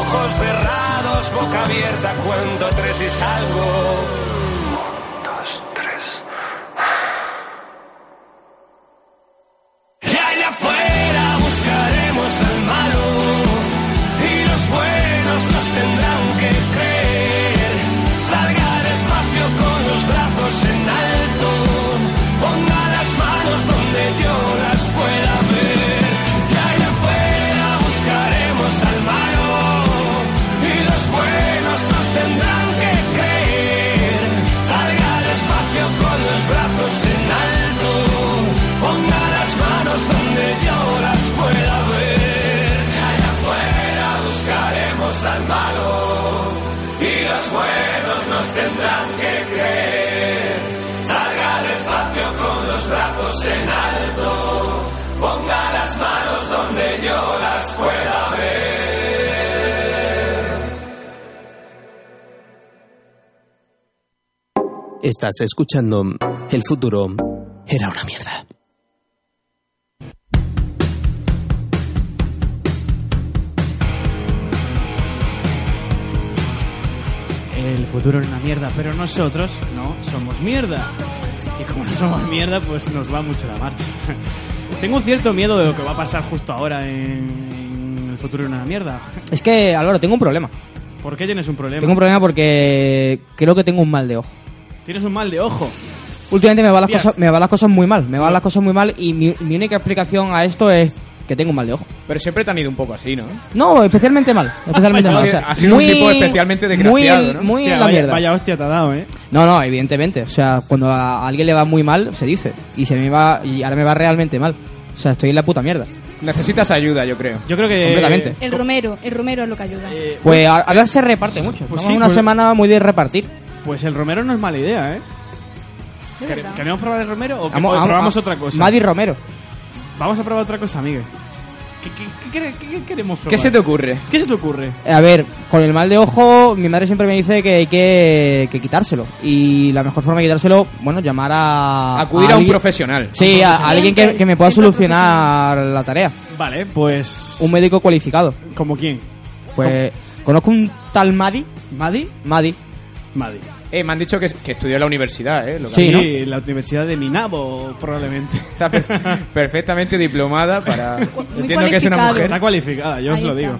Speaker 15: Ojos cerrados, boca abierta, cuento tres y salgo. Y allá afuera buscaremos al malo y los buenos nos tendrán que creer. Salga despacio con los brazos en alto, ponga las manos donde yo las pueda ver. Y allá afuera buscaremos al malo y los buenos nos tendrán que creer.
Speaker 6: manos en alto, ponga las manos donde yo las pueda ver.
Speaker 16: Estás escuchando El futuro era una mierda.
Speaker 1: El futuro es una mierda, pero nosotros no somos mierda. Y como no somos mierda, pues nos va mucho la marcha. Tengo un cierto miedo de lo que va a pasar justo ahora en, en el futuro es una mierda.
Speaker 2: Es que, Álvaro, tengo un problema.
Speaker 1: ¿Por qué tienes un problema?
Speaker 2: Tengo un problema porque creo que tengo un mal de ojo.
Speaker 1: Tienes un mal de ojo.
Speaker 2: Últimamente me van las
Speaker 1: Hostias.
Speaker 2: cosas, me van las cosas muy mal, me van las cosas muy mal y mi, mi única explicación a esto es que tengo un mal de ojo.
Speaker 4: Pero siempre te han ido un poco así, ¿no?
Speaker 2: No, especialmente mal, especialmente mal. o sea,
Speaker 4: ha sido
Speaker 2: muy-
Speaker 4: un tipo especialmente desgraciado,
Speaker 2: muy,
Speaker 4: ¿no?
Speaker 2: muy
Speaker 4: Hostia,
Speaker 2: en la
Speaker 4: vaya-
Speaker 2: mierda.
Speaker 1: Vaya hostia te ha dado, ¿eh?
Speaker 2: No, no, evidentemente. O sea, cuando a alguien le va muy mal, se dice. Y se me va, y ahora me va realmente mal. O sea, estoy en la puta mierda.
Speaker 4: Necesitas ayuda, yo creo.
Speaker 1: Yo creo que...
Speaker 2: Completamente.
Speaker 3: El romero, el romero es lo que ayuda.
Speaker 2: Pues a- ahora se reparte mucho.
Speaker 1: Pues
Speaker 2: Estamos
Speaker 1: sí,
Speaker 2: en una
Speaker 1: pues-
Speaker 2: semana muy de repartir.
Speaker 1: Pues el Romero no es mala idea, ¿eh?
Speaker 3: De
Speaker 1: ¿Quere- ¿Queremos probar el Romero o, que-
Speaker 2: Vamos-
Speaker 1: o
Speaker 2: vamos-
Speaker 1: probamos
Speaker 2: vamos-
Speaker 1: otra cosa?
Speaker 2: Maddy Romero.
Speaker 1: Vamos a probar otra cosa, Miguel. ¿Qué, qué- qué quere- qué- qué queremos probar?
Speaker 2: se te
Speaker 4: ocurre?
Speaker 1: ¿Qué se te ocurre?
Speaker 2: A ver, con el mal de ojo, mi madre siempre me dice que hay que, que quitárselo. Y la mejor forma de quitárselo, bueno, llamar a.
Speaker 4: Acudir a un
Speaker 2: alguien-
Speaker 4: profesional.
Speaker 2: Sí, a, a alguien que,
Speaker 4: Siempre,
Speaker 2: que me pueda solucionar la tarea.
Speaker 1: Vale, pues.
Speaker 2: Un médico cualificado.
Speaker 1: ¿Como quién?
Speaker 2: Pues. Conozco un tal Madi.
Speaker 1: ¿Madi?
Speaker 2: Madi.
Speaker 1: Madi.
Speaker 4: Eh, me han dicho que, que estudió en la universidad, ¿eh? Lo que
Speaker 1: Sí,
Speaker 4: han-
Speaker 1: la Universidad de Minabo, probablemente.
Speaker 4: Está per- perfectamente diplomada para... Entiendo que es una
Speaker 1: cualificado.
Speaker 4: mujer.
Speaker 1: Está cualificada, yo os Ahí lo está. digo.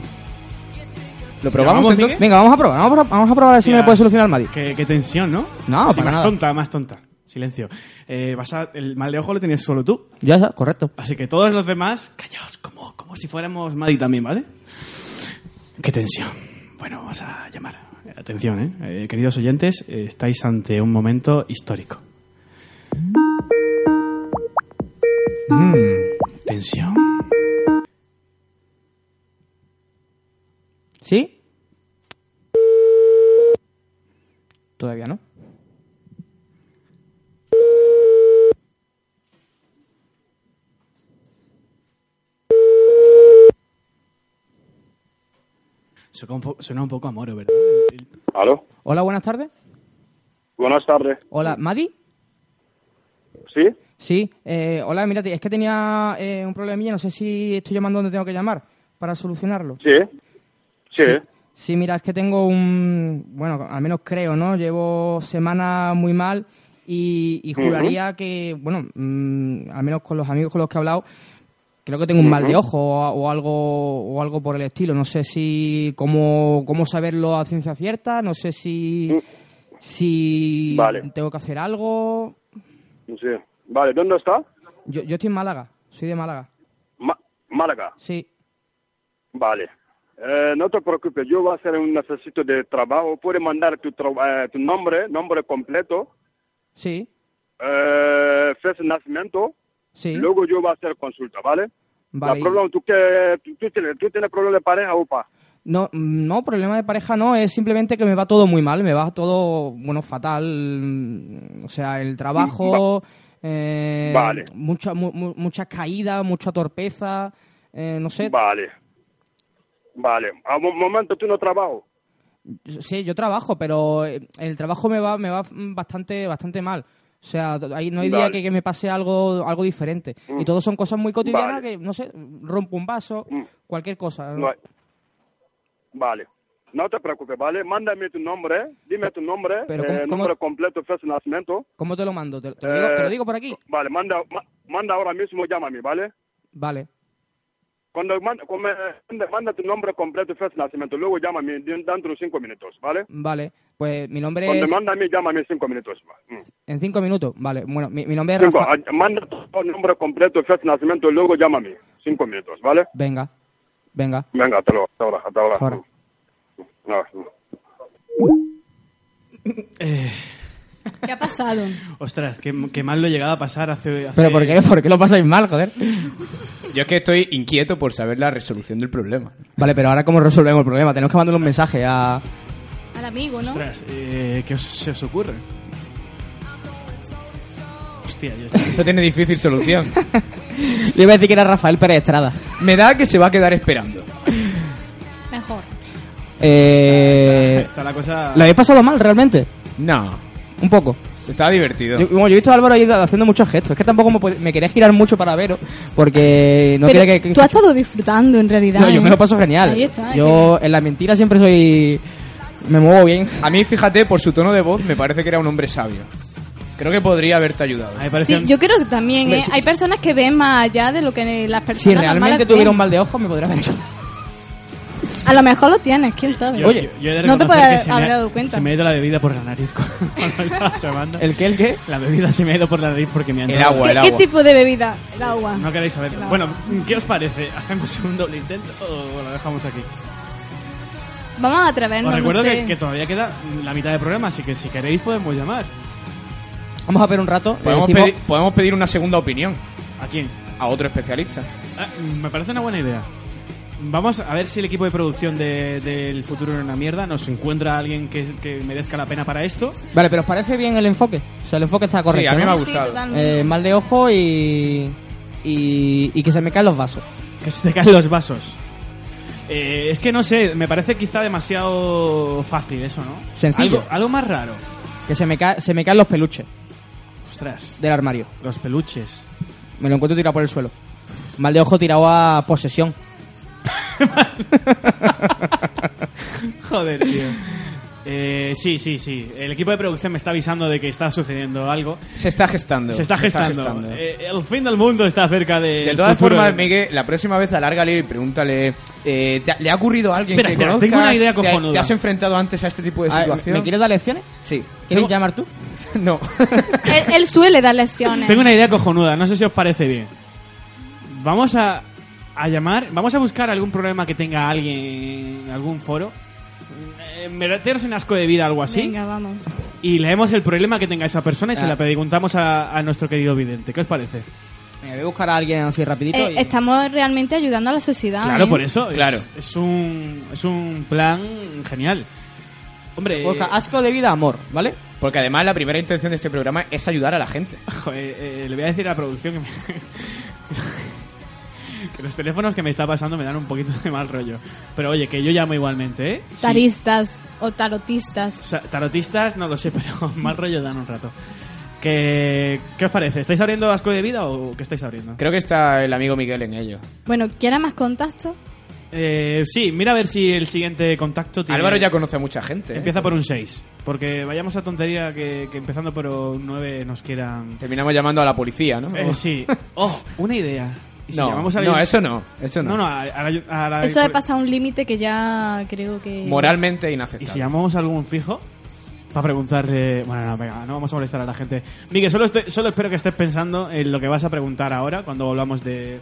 Speaker 4: ¿Lo probamos entonces?
Speaker 2: Venga, vamos a probar. Vamos a, pro- vamos a probar a ver si me
Speaker 1: Hostias.
Speaker 2: lo puede solucionar el Madi.
Speaker 1: Qué, qué tensión, ¿no?
Speaker 2: No,
Speaker 1: Sí,
Speaker 2: para
Speaker 1: más
Speaker 2: nada.
Speaker 1: tonta, más tonta. Silencio. Eh, vas a- el mal de ojo lo tienes solo tú.
Speaker 2: Ya está, correcto.
Speaker 1: Así que todos los demás, callaos, como, como si fuéramos Maddy también, ¿vale? Qué tensión. Bueno, vamos a llamar. Atención, ¿eh? Eh, queridos oyentes, eh, estáis ante un momento histórico. Mm, tensión.
Speaker 2: ¿Sí? Todavía no.
Speaker 1: Suena un, po- suena un poco a moro, ¿verdad?
Speaker 17: ¿Aló?
Speaker 2: Hola, buenas tardes.
Speaker 17: Buenas tardes.
Speaker 2: Hola, Madi.
Speaker 17: ¿Sí?
Speaker 2: Sí, eh, hola, mírate, es que tenía eh, un problemilla, no sé si estoy llamando donde tengo que llamar para solucionarlo.
Speaker 17: Sí. Sí.
Speaker 2: Sí, mira, es que tengo un. Bueno, al menos creo, ¿no? Llevo semanas muy mal y, y juraría que, bueno, mm, al menos con los amigos con los que he hablado, creo que tengo un mal de
Speaker 17: Ujú.
Speaker 2: ojo o, o algo o algo por el estilo. No sé si. Cómo, cómo saberlo a ciencia cierta, no sé si. Si
Speaker 17: Vale.
Speaker 2: tengo que hacer algo.
Speaker 17: Sí. Vale, ¿dónde está?
Speaker 2: Yo, yo estoy en Málaga, soy de Málaga.
Speaker 17: Ma- Málaga.
Speaker 2: Sí.
Speaker 17: Vale. Eh, no te preocupes, yo voy a hacer un necesito de trabajo. Puedes mandar tu, tra- eh, tu nombre, nombre completo,
Speaker 2: Sí,
Speaker 17: eh, fecha de nacimiento.
Speaker 2: Sí.
Speaker 17: Luego yo voy a hacer consulta, ¿vale?
Speaker 2: vale.
Speaker 17: La problema, ¿tú, que, tú, tú tienes, ¿Tú tienes problema de pareja o pa?
Speaker 2: No, mm, no, problema de pareja no, es simplemente que me va todo muy mal, me va todo, bueno, fatal. mm, O sea, el trabajo, eh,
Speaker 17: Mm, Vale.
Speaker 2: mucha, mu- mu- muchas caídas, mucha torpeza, eh, no sé.
Speaker 17: Vale. Vale. A un momento tú no trabajas.
Speaker 2: Sí, yo trabajo, pero eh, el trabajo me va, me va mm, bastante, bastante mal. O sea, to- hay- no hay día
Speaker 17: Vale.
Speaker 2: que, que me pase algo, algo diferente.
Speaker 17: Mm.
Speaker 2: Y todo son cosas muy cotidianas
Speaker 17: Vale. Mm.
Speaker 2: que, no sé, rompo un vaso, cualquier cosa.
Speaker 17: No hay- Vale. No te preocupes, ¿vale? Mándame tu nombre, dime tu nombre,
Speaker 2: Pero
Speaker 17: eh,
Speaker 2: ¿cómo- cómo-
Speaker 17: nombre completo, fecha de nacimiento.
Speaker 2: ¿Cómo te lo mando? ¿Te, te lo digo, te lo
Speaker 17: Eh,
Speaker 2: digo por aquí?
Speaker 17: Vale, manda, ma- manda ahora mismo, llámame, ¿vale?
Speaker 2: Vale,
Speaker 17: Cuando manda, cuando me- manda, manda tu nombre completo, fecha de nacimiento, luego llámame de- dentro de cinco minutos, ¿vale?
Speaker 2: vale. Pues mi nombre
Speaker 17: Cuando
Speaker 2: es...
Speaker 17: mándame, llámame en cinco minutos. va. Mm.
Speaker 2: En cinco minutos, vale. Bueno, mi, mi nombre es
Speaker 17: Cinco,
Speaker 2: Rafa.
Speaker 17: ah, manda tu nombre completo, fecha de nacimiento, luego llámame. Cinco minutos, ¿vale?
Speaker 2: Venga, venga.
Speaker 17: Venga, hasta luego, hasta ahora, hasta ahora.
Speaker 2: Ahora.
Speaker 17: Ah, mm.
Speaker 3: ¿Qué ha pasado?
Speaker 1: Ostras, qué, qué mal lo llegaba a pasar hace... hace-
Speaker 2: Pero ¿por qué, por qué lo pasáis mal, joder?
Speaker 4: Yo es que estoy inquieto por saber la resolución del problema.
Speaker 2: Vale, pero ahora cómo resolvemos el problema. Tenemos que mandarle un mensaje a...
Speaker 3: Al
Speaker 1: eh.
Speaker 3: amigo, ¿no?
Speaker 1: Ostras, eh, ¿qué os- se os ocurre? Hostia, yo
Speaker 4: Eso tiene difícil solución.
Speaker 2: Yo iba a decir que era Rafael Pérez Estrada.
Speaker 4: Me da que se va a quedar esperando.
Speaker 3: Mejor.
Speaker 2: Eh,
Speaker 1: Está la cosa-
Speaker 2: ¿Lo habéis pasado mal realmente?
Speaker 4: No.
Speaker 2: Un poco.
Speaker 4: Estaba divertido.
Speaker 2: Yo, bueno, yo he visto a Álvaro ahí haciendo muchos gestos. Es que tampoco me, pod- me quería girar mucho para Vero, porque no
Speaker 3: Pero
Speaker 2: quería que... que-
Speaker 3: tú has estado disfrutando en realidad.
Speaker 2: no, yo
Speaker 3: ¿eh?
Speaker 2: me lo paso genial.
Speaker 3: Ahí está. ¿eh?
Speaker 2: yo en la mentira siempre soy... Me muevo bien.
Speaker 4: A mí, fíjate, por su tono de voz, me parece que era un hombre sabio. Creo que podría haberte ayudado.
Speaker 3: Sí, yo creo que también,
Speaker 4: Hombre,
Speaker 3: ¿eh?
Speaker 4: sí,
Speaker 3: Hay personas que ven más allá de lo que las personas
Speaker 2: Si
Speaker 3: normales
Speaker 2: realmente
Speaker 3: ven.
Speaker 2: tuviera un mal de ojos me podría haber hecho.
Speaker 3: A lo mejor lo tienes, quién sabe.
Speaker 1: Yo- yo- yo he de
Speaker 3: no te
Speaker 1: reconocer que
Speaker 3: puedes
Speaker 1: se me
Speaker 3: haber
Speaker 1: ha-
Speaker 3: dado cuenta.
Speaker 1: Se me ha ido la bebida por la nariz cuando estaba tomando.
Speaker 2: ¿El qué, el qué?
Speaker 1: La bebida se me ha ido por la nariz porque me han
Speaker 4: El
Speaker 1: dado-
Speaker 4: agua,
Speaker 3: ¿Qué, qué tipo de bebida? El agua.
Speaker 1: No queréis saber. Bueno, ¿qué os parece? ¿Hacemos un doble intento o bueno, lo dejamos aquí?
Speaker 3: Vamos a
Speaker 1: os
Speaker 3: atrevernos, no
Speaker 1: recuerdo
Speaker 3: sé.
Speaker 1: que, que todavía queda la mitad del programa, así que si queréis podemos llamar.
Speaker 2: Vamos a ver un rato. eh,
Speaker 4: Podemos,
Speaker 1: decimos-
Speaker 4: pedi- podemos pedir una segunda opinión.
Speaker 1: ¿A quién?
Speaker 4: A otro especialista.
Speaker 1: Ah, me parece una buena idea. Vamos a ver si el equipo de producción de- del futuro no es una mierda nos encuentra a alguien que, que merezca la pena para esto.
Speaker 2: Vale, pero ¿os parece bien el enfoque? O sea, el enfoque está correcto.
Speaker 1: a mí me
Speaker 2: ¿no?
Speaker 1: ha Sí, gustado. totalmente.
Speaker 2: Eh, mal de ojo y, y. y que se me caen los vasos.
Speaker 1: Que se te caen los vasos. Eh, es que no sé, me parece quizá demasiado fácil eso, ¿no?
Speaker 2: Sencillo.
Speaker 1: Algo, algo más raro.
Speaker 2: Que se me, ca- se me caen los peluches
Speaker 1: Ostras.
Speaker 2: del armario.
Speaker 1: Los peluches.
Speaker 2: Me lo encuentro tirado por el suelo. Mal de ojo tirado a posesión.
Speaker 1: Joder, tío. Eh, sí, sí, sí. El equipo de producción me está avisando de que está sucediendo algo.
Speaker 4: Se está gestando.
Speaker 1: Se está gestando. Eh, el fin del mundo está cerca de.
Speaker 2: Pues
Speaker 4: De todas formas, Miguel, la próxima vez alárgale y pregúntale. eh, ¿te ha- ¿Le ha ocurrido a alguien
Speaker 1: Espera,
Speaker 4: que
Speaker 1: espera,
Speaker 4: conozcas?
Speaker 1: tengo una idea
Speaker 4: ¿Te ha-
Speaker 1: cojonuda.
Speaker 4: ¿Te has enfrentado antes a este tipo de
Speaker 2: A ver,
Speaker 4: situación?
Speaker 2: Ah, ¿me- me quieres dar lecciones?
Speaker 4: Sí.
Speaker 2: ¿Quieres llamar tú?
Speaker 4: No.
Speaker 3: Él, él suele dar lesiones.
Speaker 1: Tengo una idea cojonuda, no sé si os parece bien. Vamos a, a llamar, vamos a buscar algún problema que tenga alguien en algún foro. Eh, Meterse en asco de vida, algo así.
Speaker 3: Venga, vamos.
Speaker 1: Y leemos el problema que tenga esa persona y se
Speaker 2: Ah.
Speaker 1: la preguntamos a, a nuestro querido vidente. ¿Qué os parece?
Speaker 2: Venga, voy a buscar a alguien así rapidito.
Speaker 3: Eh,
Speaker 2: y-
Speaker 3: estamos realmente ayudando a la sociedad.
Speaker 1: claro,
Speaker 3: ¿eh?
Speaker 1: por eso. es-
Speaker 4: Claro.
Speaker 1: Es, un, es un plan genial. Hombre.
Speaker 2: Busca asco de vida, amor, ¿vale?
Speaker 4: eh, Porque además la primera intención de este programa es ayudar a la gente.
Speaker 1: Joder, eh, le voy a decir a la producción que, me- que los teléfonos que me está pasando me dan un poquito de mal rollo. Pero oye, que yo llamo igualmente, ¿eh? Si-
Speaker 3: Taristas o tarotistas.
Speaker 1: sa- tarotistas, no lo sé, pero mal rollo dan un rato. Que- ¿Qué os parece? ¿Estáis abriendo asco de vida o qué estáis abriendo?
Speaker 4: Creo que está el amigo Miguel en ello.
Speaker 3: Bueno, ¿quiere más contacto?
Speaker 1: Eh, sí, mira a ver si el siguiente contacto tiene...
Speaker 4: Álvaro ya conoce a mucha gente. ¿eh?
Speaker 1: Empieza por un 6. Porque vayamos a tontería que, que empezando por un 9 nos quieran...
Speaker 4: Terminamos llamando a la policía, ¿no?
Speaker 1: Eh, sí. Oh, una idea. ¿Y si
Speaker 4: No,
Speaker 1: llamamos a
Speaker 4: no,
Speaker 1: alguien-
Speaker 4: eso no, eso no.
Speaker 1: No, no, a- a la- a la-
Speaker 3: Eso ha
Speaker 1: por-
Speaker 3: pasado un límite que ya creo que...
Speaker 4: Moralmente
Speaker 1: ¿Y
Speaker 4: inaceptable.
Speaker 1: si llamamos a algún fijo? Para preguntarle... Bueno, no, venga, no vamos a molestar a la gente. Miguel, solo, estoy- solo espero que estés pensando en lo que vas a preguntar ahora cuando volvamos de,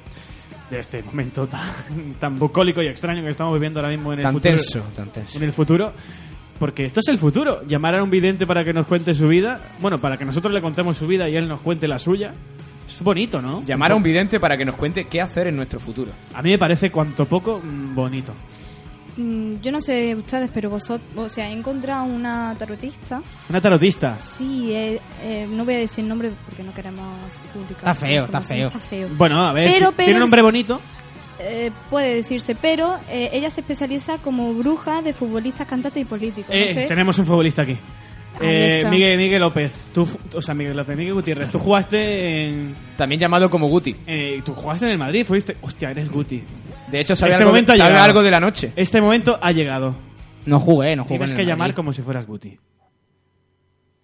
Speaker 1: de este momento tan, tan bucólico y extraño que estamos viviendo ahora mismo en el
Speaker 4: Tan
Speaker 1: futuro.
Speaker 4: tenso, tan tenso.
Speaker 1: En el futuro. Porque esto es el futuro. Llamar a un vidente para que nos cuente su vida. Bueno, para que nosotros le contemos su vida y él nos cuente la suya. Es bonito, ¿no?
Speaker 4: Llamar a un vidente para que nos cuente qué hacer en nuestro futuro.
Speaker 1: A mí me parece cuanto poco mm, bonito.
Speaker 3: Mm, yo no sé ustedes, pero vosotros... O sea, he encontrado una tarotista.
Speaker 1: Una tarotista.
Speaker 3: Sí, eh, eh, no voy a decir nombre porque no queremos publicar.
Speaker 1: Está feo, está
Speaker 3: información.
Speaker 1: feo.
Speaker 3: Está feo.
Speaker 1: Bueno, a ver,
Speaker 3: Pero,
Speaker 1: si- tiene
Speaker 3: pero-
Speaker 1: un nombre bonito.
Speaker 3: Eh, puede decirse, pero eh, ella se especializa como bruja de futbolistas, cantantes y políticos. no
Speaker 1: Eh,
Speaker 3: sé.
Speaker 1: Tenemos un futbolista aquí.
Speaker 3: Ahí
Speaker 1: Eh,
Speaker 3: está.
Speaker 1: Miguel, Miguel López, tú, fu- o sea, Miguel López, Miguel Gutiérrez, tú jugaste en...
Speaker 4: También llamado como Guti.
Speaker 1: Eh, tú jugaste en el Madrid, fuiste... Hostia, eres Guti.
Speaker 4: De hecho, sabe,
Speaker 1: Este
Speaker 4: algo,
Speaker 1: momento ha
Speaker 4: sabe
Speaker 1: llegado.
Speaker 4: algo de la noche.
Speaker 1: Este momento ha llegado.
Speaker 2: No jugué, no jugué.
Speaker 1: Tienes
Speaker 2: en
Speaker 1: que
Speaker 2: el
Speaker 1: llamar
Speaker 2: Madrid.
Speaker 1: como si fueras Guti.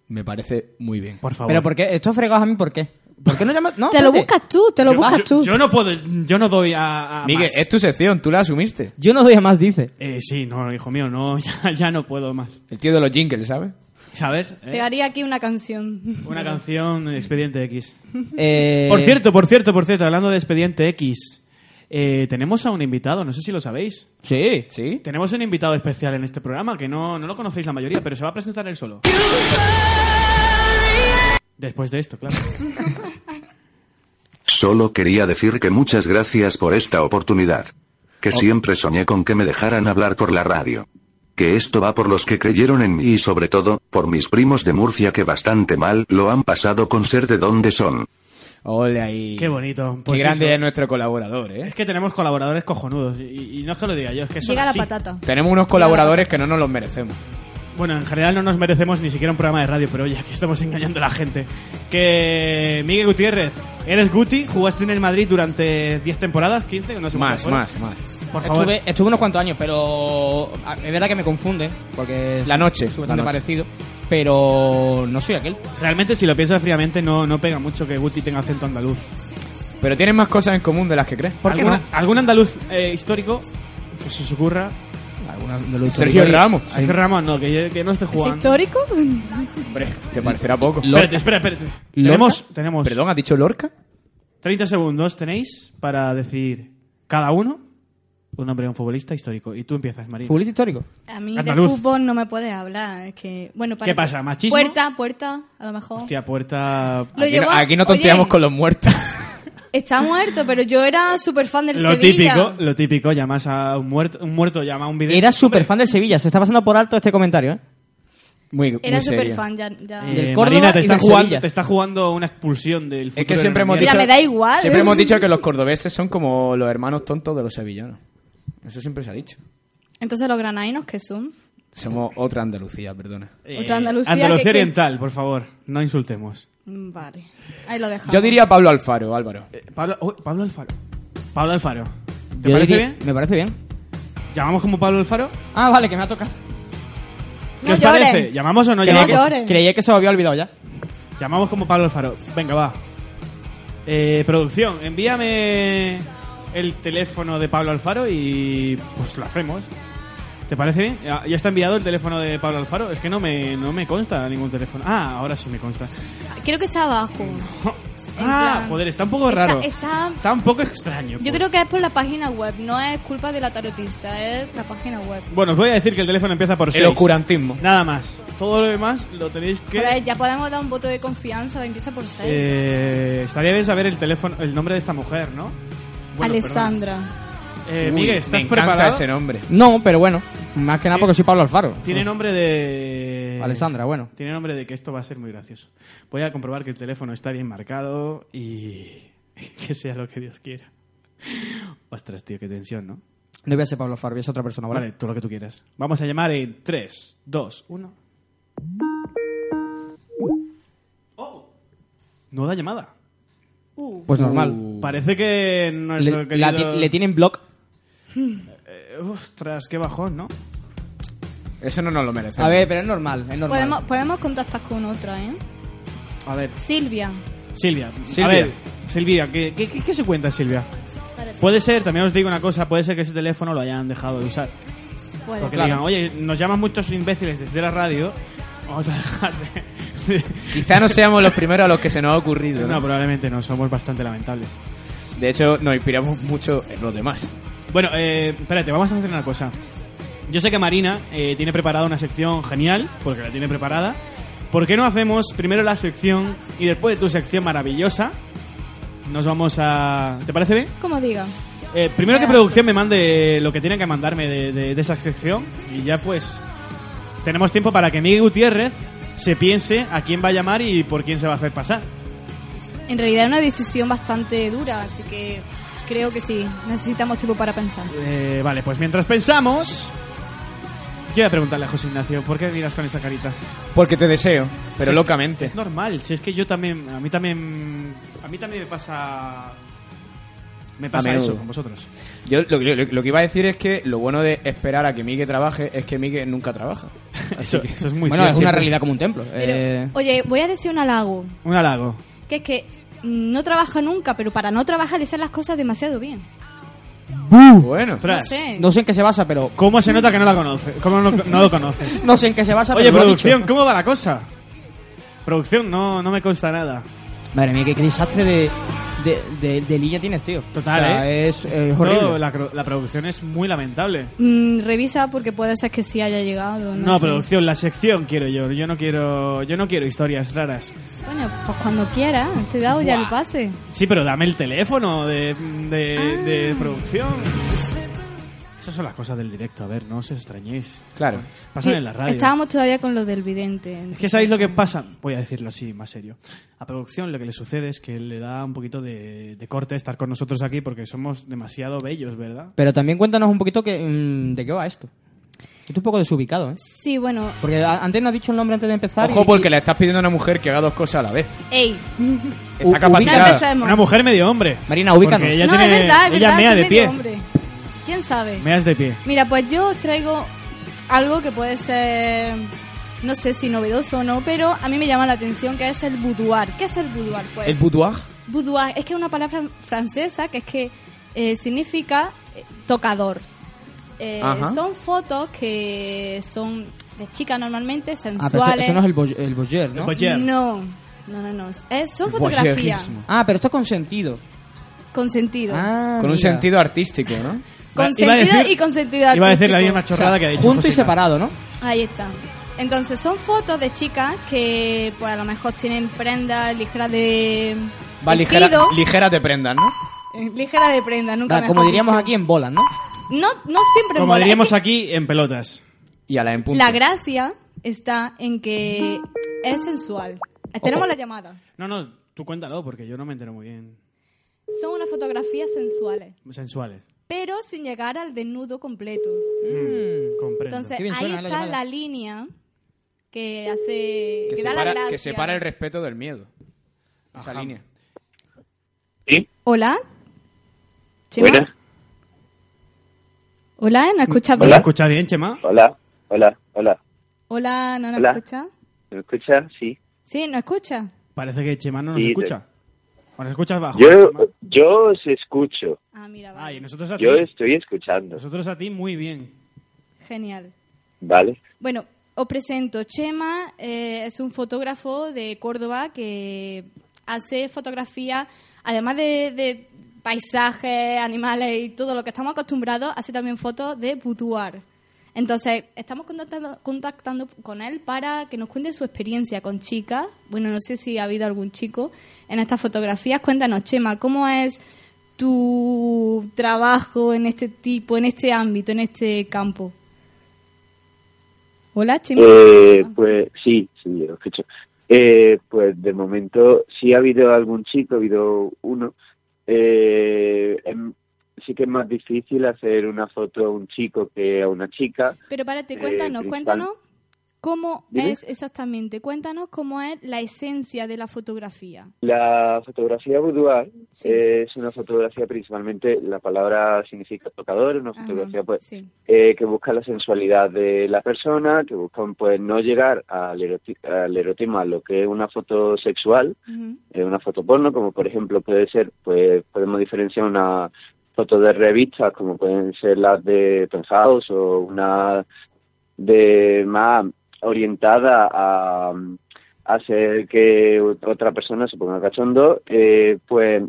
Speaker 4: Me parece muy bien.
Speaker 1: Por favor.
Speaker 2: Pero ¿por qué? Estos fregados a mí, ¿por qué? ¿Por qué no llamas? No,
Speaker 3: te lo
Speaker 2: espérate.
Speaker 3: buscas tú, te lo
Speaker 1: Yo-
Speaker 3: buscas
Speaker 1: yo-
Speaker 3: tú.
Speaker 1: Yo no puedo, yo no doy a... a
Speaker 4: Miguel,
Speaker 1: más.
Speaker 4: es tu sección, tú la asumiste.
Speaker 2: Yo no doy a más, dice.
Speaker 1: Eh, sí, no, hijo mío, no, ya, ya no puedo más.
Speaker 4: El tío de los jingles, ¿sabes?
Speaker 1: ¿Sabes? Eh,
Speaker 3: Te haría aquí una canción.
Speaker 1: Una canción de Expediente X.
Speaker 2: Eh,
Speaker 1: Por cierto, por cierto, por cierto, hablando de Expediente X, eh, tenemos a un invitado, no sé si lo sabéis.
Speaker 2: Sí.
Speaker 4: Sí.
Speaker 1: Tenemos un invitado especial en este programa que no, no lo conocéis la mayoría, pero se va a presentar él solo. Después de esto, claro.
Speaker 13: Solo quería decir que muchas gracias por esta oportunidad. Que siempre soñé con que me dejaran hablar por la radio. Que esto va por los que creyeron en mí y sobre todo, por mis primos de Murcia que bastante mal lo han pasado con ser de donde son.
Speaker 4: Hola y...
Speaker 1: Qué bonito.
Speaker 4: Qué
Speaker 1: Pues
Speaker 4: grande
Speaker 1: eso.
Speaker 4: es nuestro colaborador, ¿eh?
Speaker 1: Es que tenemos colaboradores cojonudos. Y, y no es que lo diga yo, es que son
Speaker 3: Llega la
Speaker 1: así.
Speaker 3: patata.
Speaker 4: Tenemos unos colaboradores que no nos los merecemos.
Speaker 1: Bueno, en general no nos merecemos ni siquiera un programa de radio, pero oye, aquí estamos engañando a la gente. Que Miguel Gutiérrez, eres Guti, jugaste en el Madrid durante 10 temporadas, 15, no sé
Speaker 4: Más,
Speaker 1: cuántas
Speaker 4: más,
Speaker 1: fueron.
Speaker 4: más.
Speaker 1: Por favor.
Speaker 2: Estuve, estuve unos cuantos años, pero ah, es verdad que me confunde, porque
Speaker 4: La noche,
Speaker 2: es
Speaker 4: la
Speaker 2: bastante
Speaker 4: noche.
Speaker 2: parecido, pero no soy aquel.
Speaker 1: Realmente, si lo piensas fríamente, no, no pega mucho que Guti tenga acento andaluz.
Speaker 4: Pero tienen más cosas en común de las que crees.
Speaker 1: ¿Por qué ¿Alguna- ¿Algún andaluz eh, histórico que se os ocurra?
Speaker 4: Sergio Ramos.
Speaker 1: Sergio Ramos, no, que, que no esté
Speaker 3: ¿Es
Speaker 1: jugando.
Speaker 3: histórico?
Speaker 4: Te parecerá poco.
Speaker 1: Espérate, espera, espérate. Tenemos, tenemos
Speaker 4: Perdón, ¿has dicho Lorca?
Speaker 1: 30 segundos tenéis para decir cada uno un nombre de un futbolista histórico. Y tú empiezas, María.
Speaker 2: ¿Futbolista histórico?
Speaker 3: A mí
Speaker 1: Andaluz.
Speaker 3: de fútbol no me puedes hablar. Es que, bueno, para
Speaker 1: ¿Qué pasa, machismo?
Speaker 3: Puerta, puerta, a lo mejor.
Speaker 1: Hostia, puerta...
Speaker 3: Lo Aquí no- llevó- aquí no tonteamos
Speaker 4: tonteamos
Speaker 3: oye.
Speaker 4: con los muertos.
Speaker 3: Está muerto, pero yo era súper fan del
Speaker 1: Lo
Speaker 3: Sevilla.
Speaker 1: típico, lo típico, llamas a un muerto, un muerto llama a un video.
Speaker 2: Era súper fan del Sevilla, se está pasando por alto este comentario, ¿eh?
Speaker 4: Muy,
Speaker 3: Era súper fan, ya. ya.
Speaker 2: Del
Speaker 1: Eh,
Speaker 3: Ah,
Speaker 2: Córdoba
Speaker 1: Marina, te
Speaker 2: y
Speaker 1: está,
Speaker 2: del
Speaker 1: jugando,
Speaker 2: Sevilla.
Speaker 1: te está jugando una expulsión del
Speaker 4: Es
Speaker 1: futuro
Speaker 4: que siempre
Speaker 1: de la
Speaker 4: hemos
Speaker 3: Mira,
Speaker 4: dicho.
Speaker 3: me da igual. ¿eh?
Speaker 4: Siempre hemos dicho que los cordobeses son como los hermanos tontos de los sevillanos. Eso siempre se ha dicho.
Speaker 3: Entonces los granainos, que son?
Speaker 4: Somos otra Andalucía, perdona.
Speaker 1: mierda.
Speaker 3: Otra Andalucía que- que-
Speaker 1: Eh, Oriental, por favor, no insultemos.
Speaker 3: Mm, Vale. Ahí lo dejamos.
Speaker 4: Yo diría Pablo Alfaro, Álvaro.
Speaker 1: Pablo, uy, Pablo Alfaro. Pablo Alfaro. ¿Te
Speaker 2: Yo
Speaker 1: parece
Speaker 2: diría-
Speaker 1: bien?
Speaker 2: Me parece bien.
Speaker 1: ¿Llamamos como Pablo Alfaro?
Speaker 2: Ah, vale, que me ha tocado.
Speaker 1: ¿Qué os parece? ¿Llamamos o no
Speaker 2: Creía
Speaker 1: llamamos?
Speaker 2: que- Creía que se os había olvidado ya.
Speaker 1: Llamamos como Pablo Alfaro. Venga, va. Eh, producción, envíame el teléfono de Pablo Alfaro y pues lo hacemos. ¿Te parece bien? Ah, Ya, ya está enviado el teléfono de Pablo Alfaro. Es que no me, no me consta ningún teléfono. Ah, ahora sí me consta.
Speaker 3: Creo que está abajo.
Speaker 1: ah,
Speaker 4: pues,
Speaker 3: plan-
Speaker 1: joder, está un poco raro.
Speaker 3: Está, está-
Speaker 1: Está un poco extraño.
Speaker 3: Yo creo que es por la página web, no es culpa de la tarotista, es la página web.
Speaker 1: Bueno, os voy a decir que el teléfono empieza por
Speaker 4: El
Speaker 1: 6.
Speaker 4: oscurantismo.
Speaker 1: Nada más. Todo lo demás lo tenéis que...
Speaker 3: Joder, ya podemos dar un voto de confianza, empieza por 6.
Speaker 1: Eh, estaría bien saber el teléfono, el nombre de esta mujer, ¿no? Bueno,
Speaker 3: Alessandra.
Speaker 1: perdón. Eh,
Speaker 4: Uy,
Speaker 1: Miguel,
Speaker 4: me
Speaker 1: ¿estás
Speaker 4: encanta
Speaker 1: preparado?
Speaker 4: ese nombre.
Speaker 2: No, pero bueno, más que nada porque soy Pablo Alfaro.
Speaker 1: Tiene nombre de...
Speaker 2: Alessandra, bueno.
Speaker 1: Tiene nombre de que esto va a ser muy gracioso. Voy a comprobar que el teléfono está bien marcado y que sea lo que Dios quiera. Ostras, tío, qué tensión, ¿no?
Speaker 2: No voy a ser Pablo Alfaro, voy a ser otra persona, ¿vale?
Speaker 1: Vale, tú lo que tú quieras. Vamos a llamar en 3, 2, 1. Oh. No da llamada.
Speaker 3: Uh.
Speaker 2: Pues normal.
Speaker 1: Parece que nuestro
Speaker 2: Le, la
Speaker 1: querido...
Speaker 2: ti- le tienen block.
Speaker 1: Eh, ostras, qué bajón, ¿no?
Speaker 4: Eso no nos lo merecemos.
Speaker 2: A ver, pero es normal, es normal.
Speaker 3: Podemos, podemos contactar con otra, ¿eh?
Speaker 1: A ver,
Speaker 3: Silvia.
Speaker 1: Silvia.
Speaker 4: Silvia.
Speaker 1: A ver, Silvia, ¿qué, qué, qué- qué se cuenta, Silvia? Puede ser, también os digo una cosa, puede ser que ese teléfono lo hayan dejado de usar.
Speaker 3: Puede
Speaker 1: Porque
Speaker 3: ser.
Speaker 1: digan, oye, nos llaman muchos imbéciles desde la radio, vamos a dejar de...
Speaker 4: Quizá no seamos los primeros a los que se nos ha ocurrido.
Speaker 1: No,
Speaker 4: ¿no?
Speaker 1: probablemente no, somos bastante lamentables.
Speaker 4: De hecho, nos inspiramos mucho en los demás.
Speaker 1: Bueno, eh, espérate, vamos a hacer una cosa. Yo sé que Marina eh, tiene preparada una sección genial, porque la tiene preparada. ¿Por qué no hacemos primero la sección y después de tu sección maravillosa nos vamos a... ¿Te parece bien?
Speaker 3: Como diga.
Speaker 1: Eh, primero que producción
Speaker 3: pues.
Speaker 1: me mande lo que tiene que mandarme de, de- de esa sección y ya pues tenemos tiempo para que Miguel Gutiérrez se piense a quién va a llamar y por quién se va a hacer pasar.
Speaker 3: En realidad es una decisión bastante dura, así que creo que sí. Necesitamos tiempo para pensar.
Speaker 1: Eh, vale, pues mientras pensamos... Yo voy a preguntarle a José Ignacio, ¿por qué miras con esa carita?
Speaker 4: Porque te deseo, pero
Speaker 1: Si es-
Speaker 4: locamente.
Speaker 1: Es normal, si es que yo también, a mí también, a mí también me pasa, me pasa
Speaker 4: A menudo.
Speaker 1: eso con vosotros.
Speaker 4: Yo lo, que- lo- lo que iba a decir es que lo bueno de esperar a que Miguel trabaje es que Miguel nunca trabaja. Así
Speaker 1: Eso-
Speaker 4: que-
Speaker 1: eso es muy
Speaker 2: Bueno, es una realidad como un templo. eh,
Speaker 3: Oye, voy a decir un halago,
Speaker 1: Un halago.
Speaker 3: que es que mm, no trabaja nunca, pero para no trabajar le salen las cosas demasiado bien.
Speaker 4: Bueno,
Speaker 3: Ostras. No sé.
Speaker 2: no sé en qué se basa, pero...
Speaker 1: ¿Cómo se nota que no la conoce? ¿Cómo no, no lo conoces?
Speaker 2: No sé en qué se basa,
Speaker 1: Oye,
Speaker 2: pero... me lo ha
Speaker 1: producción,
Speaker 2: dicho.
Speaker 1: ¿cómo va la cosa? Producción, no, no me consta nada.
Speaker 2: Madre mía, qué, qué desastre de, de, de- de línea tienes, tío.
Speaker 1: Total,
Speaker 2: O sea,
Speaker 1: ¿eh?
Speaker 2: Es, eh, es
Speaker 1: Todo,
Speaker 2: horrible.
Speaker 1: la, cro- la producción es muy lamentable.
Speaker 3: Mm, revisa porque puede ser que sí haya llegado. No,
Speaker 1: No,
Speaker 3: sé.
Speaker 1: producción, la sección quiero yo. Yo no quiero, yo no quiero historias raras.
Speaker 3: Coño, pues cuando quiera, te he dado ya el pase.
Speaker 1: Sí, pero dame el teléfono de, de- de producción. Esas son las cosas del directo, a ver, no os extrañéis.
Speaker 4: Claro.
Speaker 1: Pasan
Speaker 3: Sí,
Speaker 1: en la radio.
Speaker 3: Estábamos todavía con lo del vidente.
Speaker 1: Es que sabéis lo que pasa, voy a decirlo así más serio. A producción lo que le sucede es que le da un poquito de, de corte estar con nosotros aquí porque somos demasiado bellos, ¿verdad?
Speaker 2: Pero también cuéntanos un poquito que, mm, de qué va esto. Estoy un poco desubicado, ¿eh?
Speaker 3: Sí, bueno.
Speaker 2: Porque a- antes no ha dicho el nombre antes de empezar.
Speaker 4: Ojo,
Speaker 2: y-
Speaker 4: porque le estás pidiendo a una mujer que haga dos cosas a la vez.
Speaker 3: ¡Ey!
Speaker 4: Está
Speaker 3: Ya
Speaker 4: capacitada.
Speaker 3: empecemos. Una
Speaker 1: mujer medio hombre.
Speaker 2: Marina, ubícanos.
Speaker 1: Porque ella
Speaker 3: no,
Speaker 1: tiene-
Speaker 3: es verdad, es
Speaker 1: ella
Speaker 3: verdad,
Speaker 1: mea
Speaker 3: soy
Speaker 1: de
Speaker 3: medio
Speaker 1: pie.
Speaker 3: hombre. ¿Quién sabe?
Speaker 1: Meas de pie.
Speaker 3: Mira, pues yo os traigo algo que puede ser, no sé si novedoso o no, pero a mí me llama la atención que es el boudoir. ¿Qué es el boudoir? Pues
Speaker 4: ¿El boudoir?
Speaker 3: boudoir es que es una palabra francesa que es que eh, significa eh, tocador. Eh,
Speaker 2: Ajá.
Speaker 3: son fotos que son de chicas normalmente,
Speaker 2: Ah, pero esto,
Speaker 3: sensuales.
Speaker 2: esto no es el, boy- el Boyer, ¿no?
Speaker 3: No, no, no, no. Eh, son fotografías
Speaker 2: Ah, pero esto es con sentido.
Speaker 3: con sentido.
Speaker 2: Ah,
Speaker 4: Con un sentido artístico, ¿no?
Speaker 3: Con
Speaker 4: Iba a
Speaker 3: sentido
Speaker 4: decir-
Speaker 3: y con sentido
Speaker 4: iba a decir la
Speaker 3: artístico.
Speaker 4: misma chorrada que ha dicho
Speaker 2: Junto y
Speaker 4: Josita.
Speaker 2: separado, ¿no?
Speaker 3: Ahí está. Entonces son fotos de chicas que pues a lo mejor tienen prendas ligeras de
Speaker 4: Va, ligera,
Speaker 3: vestido,
Speaker 4: ligera te prendan, ¿no?
Speaker 3: eh, ligera de prenda, nunca
Speaker 4: Va,
Speaker 3: mejor
Speaker 4: como diríamos
Speaker 3: dicho.
Speaker 4: aquí,
Speaker 2: Aquí en bolas, ¿no?
Speaker 3: No no siempre en
Speaker 1: Como
Speaker 3: bola. Es
Speaker 1: diríamos aquí, en pelotas.
Speaker 4: Y a Pues la en
Speaker 3: que La gracia está en que es sensual. Tenemos la llamada.
Speaker 1: No, no, tú cuéntalo porque yo no me entero muy bien.
Speaker 3: Son unas fotografías sensuales,
Speaker 1: Sensuales.
Speaker 3: pero sin llegar al desnudo completo.
Speaker 1: Comprendo.
Speaker 3: Entonces ahí está la línea que hace
Speaker 4: Que
Speaker 3: que da la
Speaker 4: separa, que
Speaker 3: gracia.
Speaker 4: separa el respeto del miedo. Esa línea.
Speaker 3: Hola. Chema. Hola,
Speaker 18: Mm,
Speaker 3: ¿no escuchas
Speaker 1: ¿Me
Speaker 3: bien?
Speaker 1: escuchas bien, Chema?
Speaker 18: Hola, hola, hola.
Speaker 3: Hola, ¿no nos
Speaker 18: Hola.
Speaker 3: escucha?
Speaker 18: ¿Me escuchas? Sí.
Speaker 3: Sí, ¿no escucha?
Speaker 1: Parece que Chema no nos
Speaker 18: Sí, te-
Speaker 1: escucha. ¿O nos escuchas bajo?
Speaker 18: Yo, yo os escucho.
Speaker 3: Ah,
Speaker 1: Ay, nosotros a ti.
Speaker 18: Yo estoy escuchando.
Speaker 1: Nosotros a ti muy bien.
Speaker 3: Genial.
Speaker 18: Vale.
Speaker 3: Bueno, os presento. Chema eh, es un fotógrafo de Córdoba que hace fotografía, además de, de paisajes, animales y todo lo que estamos acostumbrados, hace también fotos de boudoir. Entonces, estamos contactando, contactando con él para que nos cuente su experiencia con chicas. Bueno, no sé si ha habido algún chico en estas fotografías. Cuéntanos, Chema, ¿cómo es tu trabajo en este tipo, en este ámbito, en este campo? Hola, Chema.
Speaker 18: Eh, pues sí, sí, os escucho. Eh, pues de momento sí ha habido algún chico, ha habido uno. Eh, em, sí que es más difícil hacer una foto a un chico que a una chica.
Speaker 3: Pero párate,
Speaker 18: eh,
Speaker 3: cuéntanos,
Speaker 18: principal-
Speaker 3: cuéntanos cómo
Speaker 18: Dime.
Speaker 3: es exactamente, cuéntanos cómo es la esencia de la fotografía.
Speaker 18: La fotografía boudoir es una fotografía principalmente, la palabra significa tocador, una
Speaker 3: Ajá,
Speaker 18: fotografía pues
Speaker 3: sí.
Speaker 18: eh, que busca la sensualidad de la persona, que buscan pues no llegar al, eroti- al erotismo, a lo que es una foto sexual, eh, una foto porno, como por ejemplo puede ser, pues podemos diferenciar una foto de revistas, como pueden ser las de Penthouse o una de más orientada a mm, hacer que ot- otra persona se ponga cachondo, eh, pues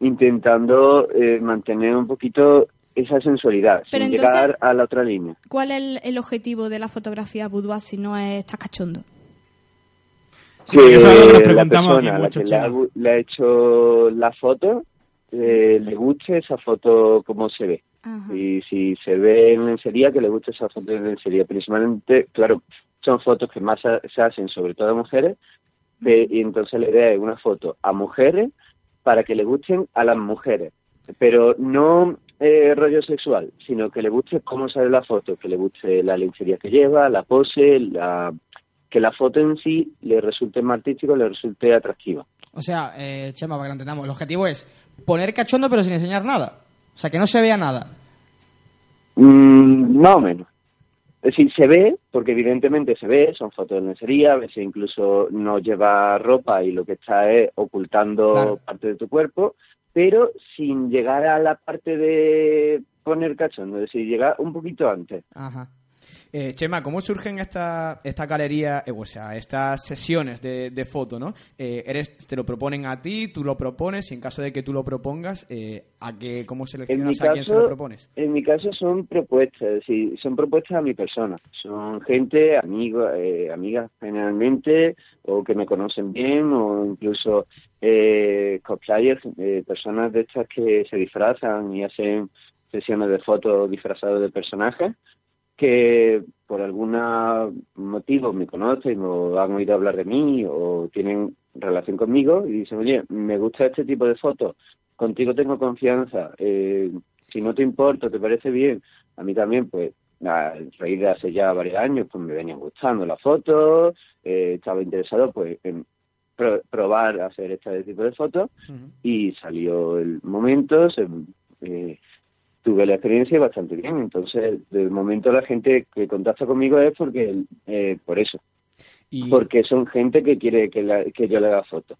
Speaker 18: intentando eh, mantener un poquito esa sensualidad,
Speaker 3: Pero
Speaker 18: sin
Speaker 3: entonces-
Speaker 18: llegar a la otra línea.
Speaker 3: ¿Cuál es el, el objetivo de la fotografía boudoir si no es estar cachondo?
Speaker 1: Sí, eso es lo que nos
Speaker 18: Eh, la
Speaker 1: preguntamos aquí
Speaker 18: persona a la
Speaker 1: mucho,
Speaker 18: que le ha,
Speaker 1: Chema.
Speaker 18: gu- le ha hecho la foto eh, le guste esa foto como se ve. Y si se ve en lencería, que le guste esa foto en lencería. Principalmente, claro, son fotos que más ha- se hacen, sobre todo a mujeres, pe- y entonces la idea es una foto a mujeres para que le gusten a las mujeres. Pero no eh, rollo sexual, sino que le guste cómo sale la foto, que le guste la lencería que lleva, la pose, la que la foto en sí le resulte más artístico, le resulte atractiva.
Speaker 2: O sea, eh, Chema, para que lo entendamos, el objetivo es poner cachondo pero sin enseñar nada. O sea, que no se vea nada.
Speaker 18: Mm, más o menos. Es decir, se ve, porque evidentemente se ve, son fotos de lencería, a veces incluso no lleva ropa y lo que está es ocultando
Speaker 2: Claro.
Speaker 18: parte de tu cuerpo, pero sin llegar a la parte de poner cachondo, es decir, llegar un poquito antes.
Speaker 2: Ajá.
Speaker 4: Eh, Chema, ¿cómo surgen estas esta galerías, eh, o sea, estas sesiones de, de foto, no? Eh, eres, te lo proponen a ti, tú lo propones, y en caso de que tú lo propongas, eh, ¿a qué,
Speaker 18: En
Speaker 4: cómo
Speaker 18: mi,
Speaker 4: seleccionas a quién se lo
Speaker 18: caso,
Speaker 4: propones?
Speaker 18: en mi caso son propuestas, es decir, son propuestas a mi persona. Son gente, amigos, eh, amigas generalmente, o que me conocen bien, o incluso eh, cosplayers, eh, personas de estas que se disfrazan y hacen sesiones de fotos disfrazados de personajes que por algún motivo me conocen o han oído hablar de mí o tienen relación conmigo y dicen, oye, me gusta este tipo de fotos, contigo tengo confianza, eh, si no te importa, te parece bien, a mí también, pues, a raíz de hace ya varios años, pues me venían gustando las fotos, eh, estaba interesado, pues, en pro- probar hacer este tipo de fotos y salió el momento, se- eh, tuve la experiencia y bastante bien. Entonces, de momento la gente que contacta conmigo es porque eh, por eso. Porque son gente que quiere que, la- que yo le haga fotos.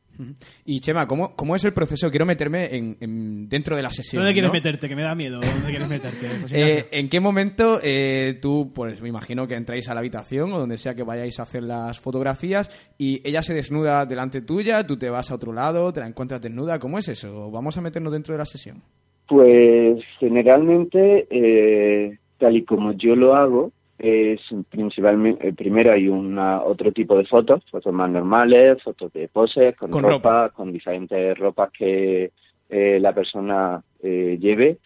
Speaker 4: Y Chema, ¿cómo, cómo es el proceso? Quiero meterme en, en- dentro de la sesión.
Speaker 1: ¿Dónde quieres
Speaker 4: ¿no?
Speaker 1: meterte? Que me da miedo. ¿Dónde quieres meterte? Pues,
Speaker 4: Eh, ¿En qué momento eh, tú, pues me imagino que entráis a la habitación o donde sea que vayáis a hacer las fotografías y ella se desnuda delante tuya, tú te vas a otro lado, te la encuentras desnuda? ¿Cómo es eso? Vamos a meternos dentro de la sesión.
Speaker 18: Pues generalmente, eh, tal y como yo lo hago, es principalmente, eh, primero hay una, otro tipo de fotos, fotos más normales, fotos de poses, con,
Speaker 4: Con
Speaker 18: ropa, con diferentes ropas que eh, la persona eh, lleve.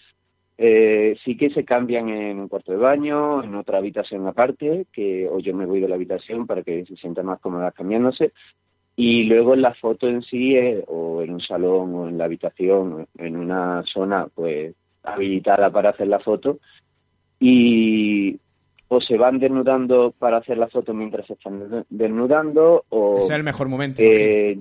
Speaker 18: Eh, sí que se cambian en un cuarto de baño, en otra habitación aparte, que o yo me voy de la habitación para que se sienta más cómoda cambiándose. Y luego la foto en sí, es, o en un salón, o en la habitación, o en una zona pues habilitada para hacer la foto. Y o se van desnudando para hacer la foto mientras se están desnudando, o
Speaker 4: Ese es el mejor momento.
Speaker 18: Oh, eh,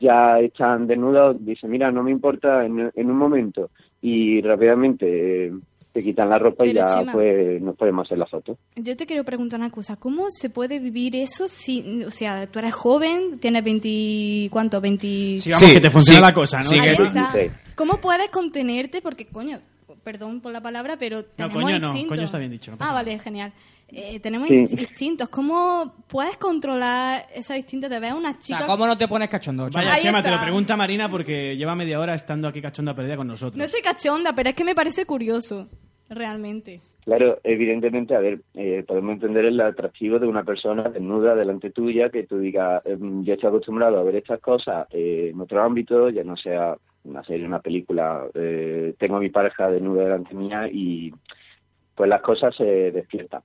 Speaker 18: ya están desnudos, dicen, mira, no me importa en, en un momento. Y rápidamente eh, te quitan la ropa y
Speaker 3: Pero,
Speaker 18: ya
Speaker 3: Chema.
Speaker 18: pues nos podemos hacer la foto.
Speaker 3: Yo te quiero preguntar una cosa, ¿cómo se puede vivir eso si, o sea, tú eres joven, tienes 20, ¿cuánto? 20...
Speaker 1: Sí, vamos, Sí, que te funciona sí, la cosa, ¿no? sí,
Speaker 3: Ahí
Speaker 1: que-
Speaker 3: está.
Speaker 1: sí.
Speaker 3: ¿Cómo puedes contenerte? Porque, coño, perdón por la palabra, pero tenemos
Speaker 1: coño no,
Speaker 3: instintos.
Speaker 1: coño está bien dicho, no pasa
Speaker 3: ah, vale, genial. Eh, tenemos
Speaker 2: Sí.
Speaker 3: in- instintos. ¿Cómo puedes controlar esos instintos? Te ves una
Speaker 2: O
Speaker 3: chica...
Speaker 2: sea, ¿Cómo no te pones cachondo? chaval?
Speaker 1: Vaya,
Speaker 3: Ahí
Speaker 1: Chema, te
Speaker 3: está.
Speaker 1: lo pregunta Marina porque lleva media hora estando aquí cachonda perdida con nosotros.
Speaker 3: No estoy cachonda, pero es que me parece curioso, realmente.
Speaker 18: Claro, evidentemente, a ver, eh, podemos entender el atractivo de una persona desnuda delante tuya, que tú digas, "Em, yo estoy acostumbrado a ver estas cosas eh, en otro ámbito, ya no sea una serie, una película, eh, tengo a mi pareja desnuda delante mía y pues las cosas se despiertan.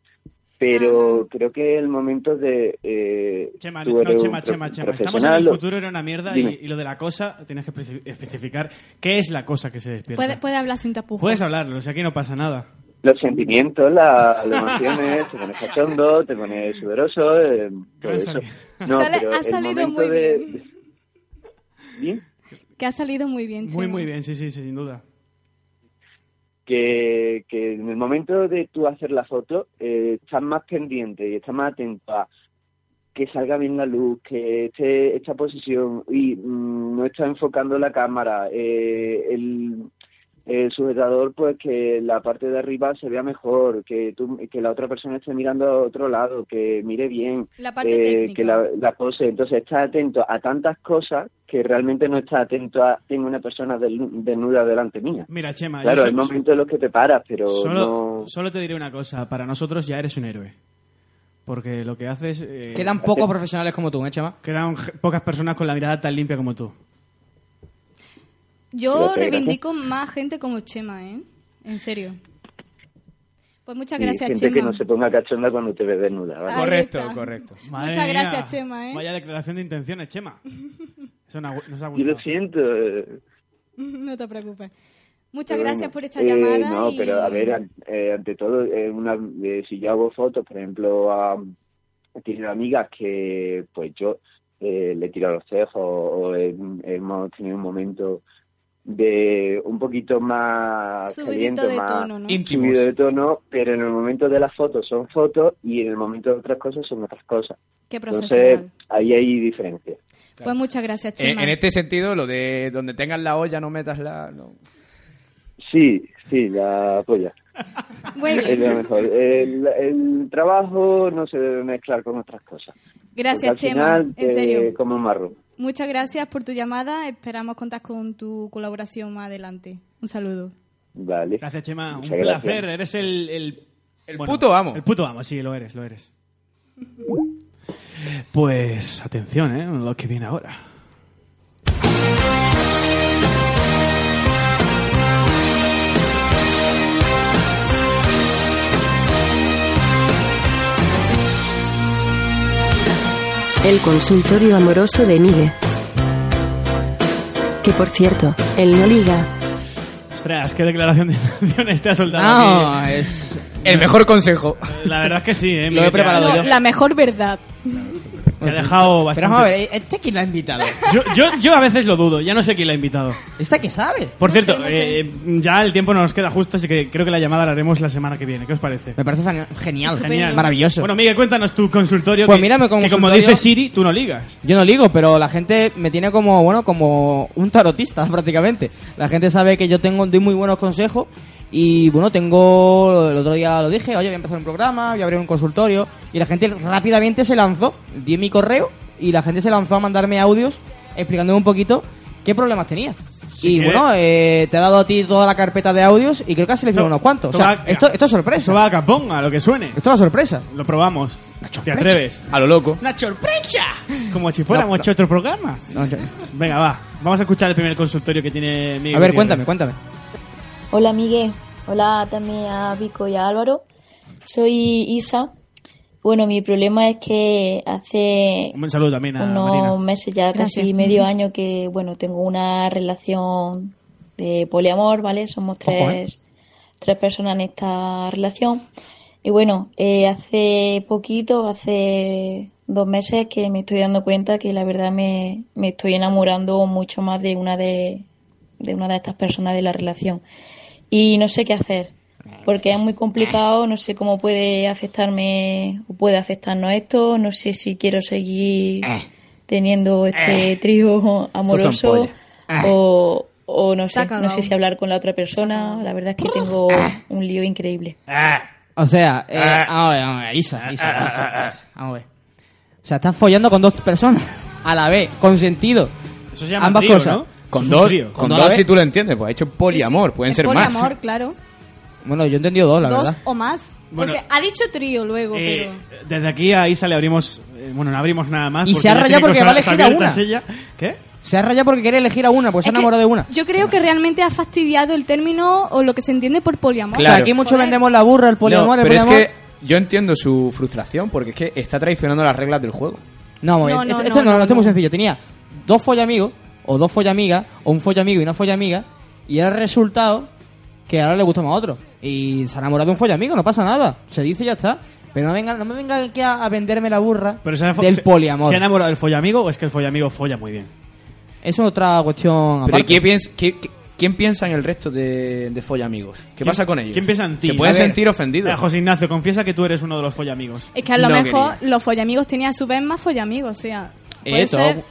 Speaker 18: Pero creo que el momento de... eh,
Speaker 1: Ah. Chema,
Speaker 18: tú
Speaker 1: no,
Speaker 18: eres
Speaker 1: Chema,
Speaker 18: un
Speaker 1: Chema,
Speaker 18: pro-
Speaker 1: Chema. Estamos en
Speaker 18: profesional,
Speaker 1: el
Speaker 18: lo-
Speaker 1: futuro, era una mierda y,
Speaker 18: Dime.
Speaker 1: y lo de la cosa, tienes que especi- especificar qué es la cosa que se despierta.
Speaker 3: Puedes puede hablar sin tapujos.
Speaker 1: Puedes hablarlo, si aquí no pasa nada.
Speaker 18: los sentimientos, la- las emociones, te pones cachondo, te pones sudoroso, eh, todo eso. No,
Speaker 3: Sale-
Speaker 18: pero
Speaker 3: ha
Speaker 18: el
Speaker 3: salido
Speaker 18: momento
Speaker 3: muy
Speaker 18: de-
Speaker 3: bien. Que ha salido muy bien,
Speaker 1: Muy,
Speaker 3: Chema.
Speaker 1: muy bien, sí, sí, sí, sin duda.
Speaker 18: que, que en el momento de tú hacer la foto eh, estás más pendiente y estás más atento a que salga bien la luz, que esté esta posición y mm, no está enfocando la cámara, eh, el, el sujetador pues que la parte de arriba se vea mejor, que tú, que la otra persona esté mirando a otro lado, que mire bien,
Speaker 3: La parte técnica.
Speaker 18: Eh, que la, la pose, entonces estás atento a tantas cosas que realmente no estás atento a tengo una persona deslu- desnuda delante mía.
Speaker 1: Mira, Chema,
Speaker 18: Claro,
Speaker 1: yo so-
Speaker 18: hay momentos en los que te paras, pero
Speaker 1: solo,
Speaker 18: no...
Speaker 1: solo te diré una cosa, para nosotros ya eres un héroe. Porque lo que haces... eh,
Speaker 2: Quedan pocos profesionales como tú, ¿eh, Chema?
Speaker 1: Quedan je- pocas personas con la mirada tan limpia como tú.
Speaker 3: Yo
Speaker 1: Gracias,
Speaker 3: reivindico más gente como Chema, ¿eh? En serio. Pues muchas
Speaker 18: y
Speaker 3: gracias,
Speaker 18: gente
Speaker 3: Chema.
Speaker 18: que no se ponga cachonda cuando te ve desnuda, ¿vale?
Speaker 3: Ahí Correcto, está.
Speaker 1: correcto.
Speaker 3: Muchas gracias, Chema, ¿eh?
Speaker 1: Vaya declaración de intenciones, Chema. Eso no ha gu- nos ha
Speaker 18: Yo
Speaker 1: gustado.
Speaker 18: lo siento. eh,
Speaker 3: No te preocupes. Muchas
Speaker 18: pero
Speaker 3: gracias
Speaker 18: bueno.
Speaker 3: por esta
Speaker 18: Eh,
Speaker 3: llamada.
Speaker 18: No,
Speaker 3: y-
Speaker 18: pero a ver, an- eh, ante todo, eh, una, eh, si yo hago fotos, por ejemplo, a, he tenido amigas que pues yo eh, le he tirado los cejos o he- hemos tenido un momento de un poquito más
Speaker 3: Subidito
Speaker 18: caliente,
Speaker 3: de
Speaker 18: más
Speaker 3: tono, ¿no?
Speaker 4: Íntimos.
Speaker 18: subido de tono, pero en el momento de las fotos son fotos y en el momento de otras cosas son otras cosas.
Speaker 3: Qué
Speaker 18: Entonces,
Speaker 3: profesional.
Speaker 18: ahí hay diferencias.
Speaker 3: Pues muchas gracias,
Speaker 4: En,
Speaker 3: Chema.
Speaker 4: en este sentido, lo de donde tengas la olla no metas la... no.
Speaker 18: Sí, sí, la polla.
Speaker 3: Bueno.
Speaker 18: Es lo mejor. El, el trabajo no se debe mezclar con otras cosas. Porque
Speaker 3: Gracias,
Speaker 18: al
Speaker 3: Chema.
Speaker 18: final,
Speaker 3: en
Speaker 18: eh,
Speaker 3: serio.
Speaker 18: Como un marrón.
Speaker 3: Muchas gracias por tu llamada. Esperamos contar con tu colaboración más adelante. Un saludo.
Speaker 18: Vale.
Speaker 1: Gracias, Chema. Un
Speaker 4: Muchas gracias.
Speaker 1: placer. Eres el... El, bueno,
Speaker 4: puto amo.
Speaker 1: El puto amo, sí, lo eres, lo eres. Pues atención, ¿eh? Lo que viene ahora.
Speaker 19: El consultorio amoroso de Migue. Que por cierto, él no liga.
Speaker 1: Ostras, qué declaración de intenciones te ha soltado.
Speaker 2: No,
Speaker 1: aquí.
Speaker 2: Ah, es.
Speaker 4: El mejor consejo.
Speaker 1: La verdad es que sí, ¿eh?
Speaker 2: Lo he preparado
Speaker 3: No, la mejor verdad.
Speaker 1: Me ha dejado bastante.
Speaker 2: Pero vamos a ver, ¿este quién la ha invitado?
Speaker 1: Yo, yo, yo a veces lo dudo, ya no sé quién la ha invitado.
Speaker 2: ¿Esta Este que sabe?
Speaker 1: Por cierto, eh, ya el tiempo nos queda justo, así que creo que la llamada la haremos la semana que viene. ¿Qué os parece?
Speaker 2: Me parece fan- genial, maravilloso.
Speaker 1: Bueno, Miguel, cuéntanos tu consultorio.
Speaker 2: Pues
Speaker 1: que,
Speaker 2: mira, me
Speaker 1: que como
Speaker 2: consultorio-
Speaker 1: dice Siri, tú no ligas.
Speaker 2: Yo no ligo, pero la gente me tiene como, bueno, como un tarotista prácticamente. La gente sabe que yo tengo, doy muy buenos consejos y, bueno, tengo, el otro día lo dije, oye, voy a empezar un programa, voy a abrir un consultorio y la gente rápidamente se lanzó, di mi correo y la gente se lanzó a mandarme audios explicándome un poquito qué problemas tenía. y
Speaker 1: que-
Speaker 2: bueno, eh, te he dado a ti toda la carpeta de audios y creo que has seleccionado unos cuantos. O sea, esto, esto es sorpresa.
Speaker 1: Esto va a capón, a lo que suene. Esto
Speaker 2: es una sorpresa.
Speaker 1: Lo probamos. ¿Te atreves?
Speaker 4: A lo loco.
Speaker 1: ¡Una sorpresa! Como si fuéramos
Speaker 2: No, no.
Speaker 1: hecho otro programa.
Speaker 2: No, yo-
Speaker 1: Venga, va. Vamos a escuchar el primer consultorio que tiene Miguel.
Speaker 2: A ver,
Speaker 1: Gutiérrez.
Speaker 2: cuéntame, cuéntame.
Speaker 20: Hola Miguel, hola también a Vico y a Álvaro. Soy Isa. Bueno, mi problema es que hace
Speaker 1: Un saludo también a
Speaker 20: unos
Speaker 1: Marina.
Speaker 20: meses ya, casi
Speaker 1: Gracias.
Speaker 20: medio año que, bueno, tengo una relación de poliamor, ¿vale? Somos
Speaker 21: Ojo, ¿eh?
Speaker 20: tres, tres personas en esta relación. Y bueno, eh, hace poquito, hace dos meses que me estoy dando cuenta que la verdad me, me estoy enamorando mucho más de una de, de una de estas personas de la relación. Y no sé qué hacer, porque es muy complicado, no sé cómo puede afectarme o puede afectarnos esto, no sé si quiero seguir teniendo este trío amoroso
Speaker 22: pollas.
Speaker 20: o, o no sé,
Speaker 3: Saca
Speaker 20: no sé
Speaker 3: gao.
Speaker 20: si hablar con la otra persona, la verdad es que tengo un lío increíble.
Speaker 2: O sea, eh, vamos a ver, vamos a ver, Isa, Isa, Isa, Isa, vamos a ver. O sea, estás follando con dos personas a la vez, consentido.
Speaker 1: Eso
Speaker 4: se llama
Speaker 2: Ambas
Speaker 4: trío,
Speaker 2: cosas.
Speaker 4: ¿no? Con dos, con dos si tú lo entiendes, pues ha hecho poliamor, pueden ser más.
Speaker 3: poliamor, claro.
Speaker 2: Bueno, yo he entendido dos,
Speaker 4: la
Speaker 3: Dos o más.
Speaker 1: Bueno.
Speaker 3: o sea, ha dicho trío luego,
Speaker 1: Eh, Desde aquí a Isa le abrimos. eh, bueno, no abrimos nada más.
Speaker 2: Y
Speaker 1: porque
Speaker 2: se ha
Speaker 1: ya tiene
Speaker 2: rayado porque
Speaker 1: cosas
Speaker 2: va a elegir a
Speaker 1: abiertas
Speaker 2: una.
Speaker 1: ella. ¿Qué?
Speaker 2: Se ha rayado porque quiere elegir a una, pues se ha enamorado de una.
Speaker 3: pero yo creo que realmente ha fastidiado el término o lo que se entiende por poliamor.
Speaker 2: O sea, aquí mucho vendemos la burra, el poliamor,
Speaker 4: No,
Speaker 2: el
Speaker 4: pero es
Speaker 2: poliamor.
Speaker 4: que yo entiendo su frustración porque es que está traicionando las reglas del juego.
Speaker 2: No, muy
Speaker 4: No,
Speaker 2: bien.
Speaker 4: no,
Speaker 2: esto
Speaker 4: no,
Speaker 2: esto no,
Speaker 4: no,
Speaker 2: no, esto es muy
Speaker 4: no.
Speaker 2: sencillo. Tenía dos follamigos, o dos follamigas, o un follamigo y una follamiga, y ahora el resultado que ahora le gusta más a otro. Y se ha enamorado de un follamigo, no pasa nada. Se dice y ya está. Pero no, venga, no me venga aquí a, a venderme la burra
Speaker 1: Pero se ha,
Speaker 2: del
Speaker 1: se-
Speaker 2: poliamor.
Speaker 1: ¿Se ha enamorado del follamigo o es que el follamigo folla muy bien?
Speaker 2: Es otra cuestión
Speaker 4: Pero ¿y
Speaker 2: aparte.
Speaker 4: qué piens- qué- qué- ¿quién piensa en el resto de, de follamigos? ¿Qué
Speaker 1: ¿Quién-
Speaker 4: pasa con ellos?
Speaker 1: ¿Quién piensa en ti?
Speaker 4: Se pueden
Speaker 1: A ver,
Speaker 4: sentir ofendidos.
Speaker 1: mira, José Ignacio, confiesa que tú eres uno de los follamigos.
Speaker 3: Es que a lo
Speaker 4: No
Speaker 3: mejor los follamigos tenían a su vez más follamigos, o sea.
Speaker 1: Eh,
Speaker 3: puede
Speaker 1: todo-
Speaker 3: ser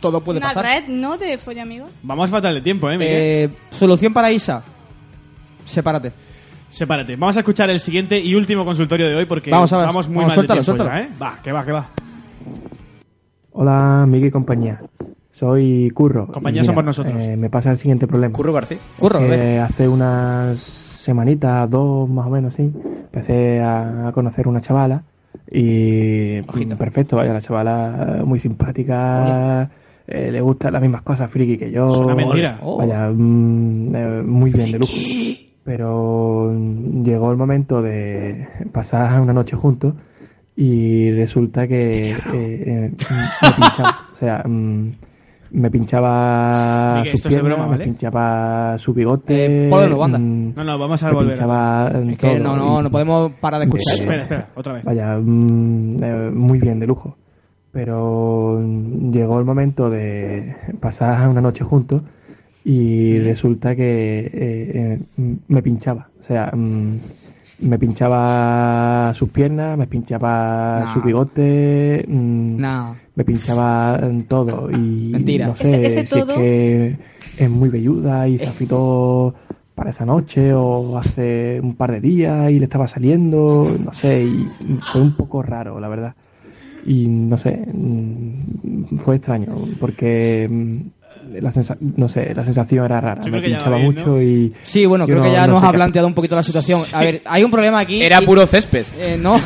Speaker 2: todo puede
Speaker 3: una
Speaker 2: pasar.
Speaker 3: red, ¿no? De follamigos.
Speaker 1: Vamos fatal de tiempo, ¿eh, Miguel?
Speaker 2: Eh, solución para Isa. Sepárate.
Speaker 1: Sepárate. Vamos a escuchar el siguiente y último consultorio de hoy porque
Speaker 2: Vamos a ver.
Speaker 1: muy
Speaker 2: Vamos,
Speaker 1: mal
Speaker 2: suéltalo,
Speaker 1: de tiempo ya,
Speaker 2: suéltalo.
Speaker 1: ¿eh? Va, que va, que va.
Speaker 23: Hola, Miguel y compañía. Soy Curro.
Speaker 1: Compañía
Speaker 23: Y
Speaker 1: somos nosotros.
Speaker 23: eh, me pasa el siguiente problema.
Speaker 4: Curro García.
Speaker 23: Curro, hace unas semanitas, dos más o menos, sí, empecé a, a conocer una chavala y mm, perfecto, vaya, la chavala eh, muy simpática, eh, le gustan las mismas cosas friki que yo.
Speaker 24: Es una mentira.
Speaker 23: Vaya, mm, eh, muy bien, de lujo. Pero mm, llegó el momento de pasar una noche juntos y resulta que eh, eh, me pinchaba. o sea, mm, me pinchaba
Speaker 1: Miguel,
Speaker 23: sus
Speaker 1: esto es de
Speaker 23: piernas,
Speaker 1: broma, ¿vale?
Speaker 23: me pinchaba su bigote.
Speaker 2: Eh, ponlo de nuevo, anda.
Speaker 23: mm,
Speaker 1: No, no, vamos a
Speaker 23: me
Speaker 1: volver.
Speaker 23: pinchaba en
Speaker 2: Es que no,
Speaker 23: todo.
Speaker 2: no,
Speaker 23: Y-
Speaker 2: no podemos parar de escuchar.
Speaker 23: Eh,
Speaker 2: Espera,
Speaker 1: espera, otra vez.
Speaker 23: Vaya, mm, eh, muy bien, de lujo. Pero mm, llegó el momento de pasar una noche juntos y resulta que eh, eh, mm, me pinchaba. O sea, mm, me pinchaba sus piernas, me pinchaba
Speaker 2: No.
Speaker 23: su bigote, mm,
Speaker 2: No.
Speaker 23: me pinchaba en todo. Y
Speaker 2: Mentira.
Speaker 23: No sé
Speaker 2: Ese- ese
Speaker 23: si
Speaker 2: todo-
Speaker 23: es que es muy velluda
Speaker 2: Eh.
Speaker 23: y se afitó para esa noche o hace un par de días y le estaba saliendo, no sé, y fue un poco raro, la verdad. Y no sé, mm, fue extraño, porque mm, la, sensa- no sé, la sensación era rara,
Speaker 2: Yo
Speaker 23: me
Speaker 2: creo que ya va
Speaker 23: pinchaba
Speaker 2: bien, ¿no?
Speaker 23: mucho y...
Speaker 2: Sí, bueno,
Speaker 23: yo
Speaker 2: creo que ya
Speaker 23: no
Speaker 2: nos
Speaker 23: sé
Speaker 2: ha
Speaker 23: qué-
Speaker 2: planteado un poquito la situación. A ver, hay un problema aquí.
Speaker 4: Era
Speaker 2: y-
Speaker 4: puro césped.
Speaker 2: Eh, no,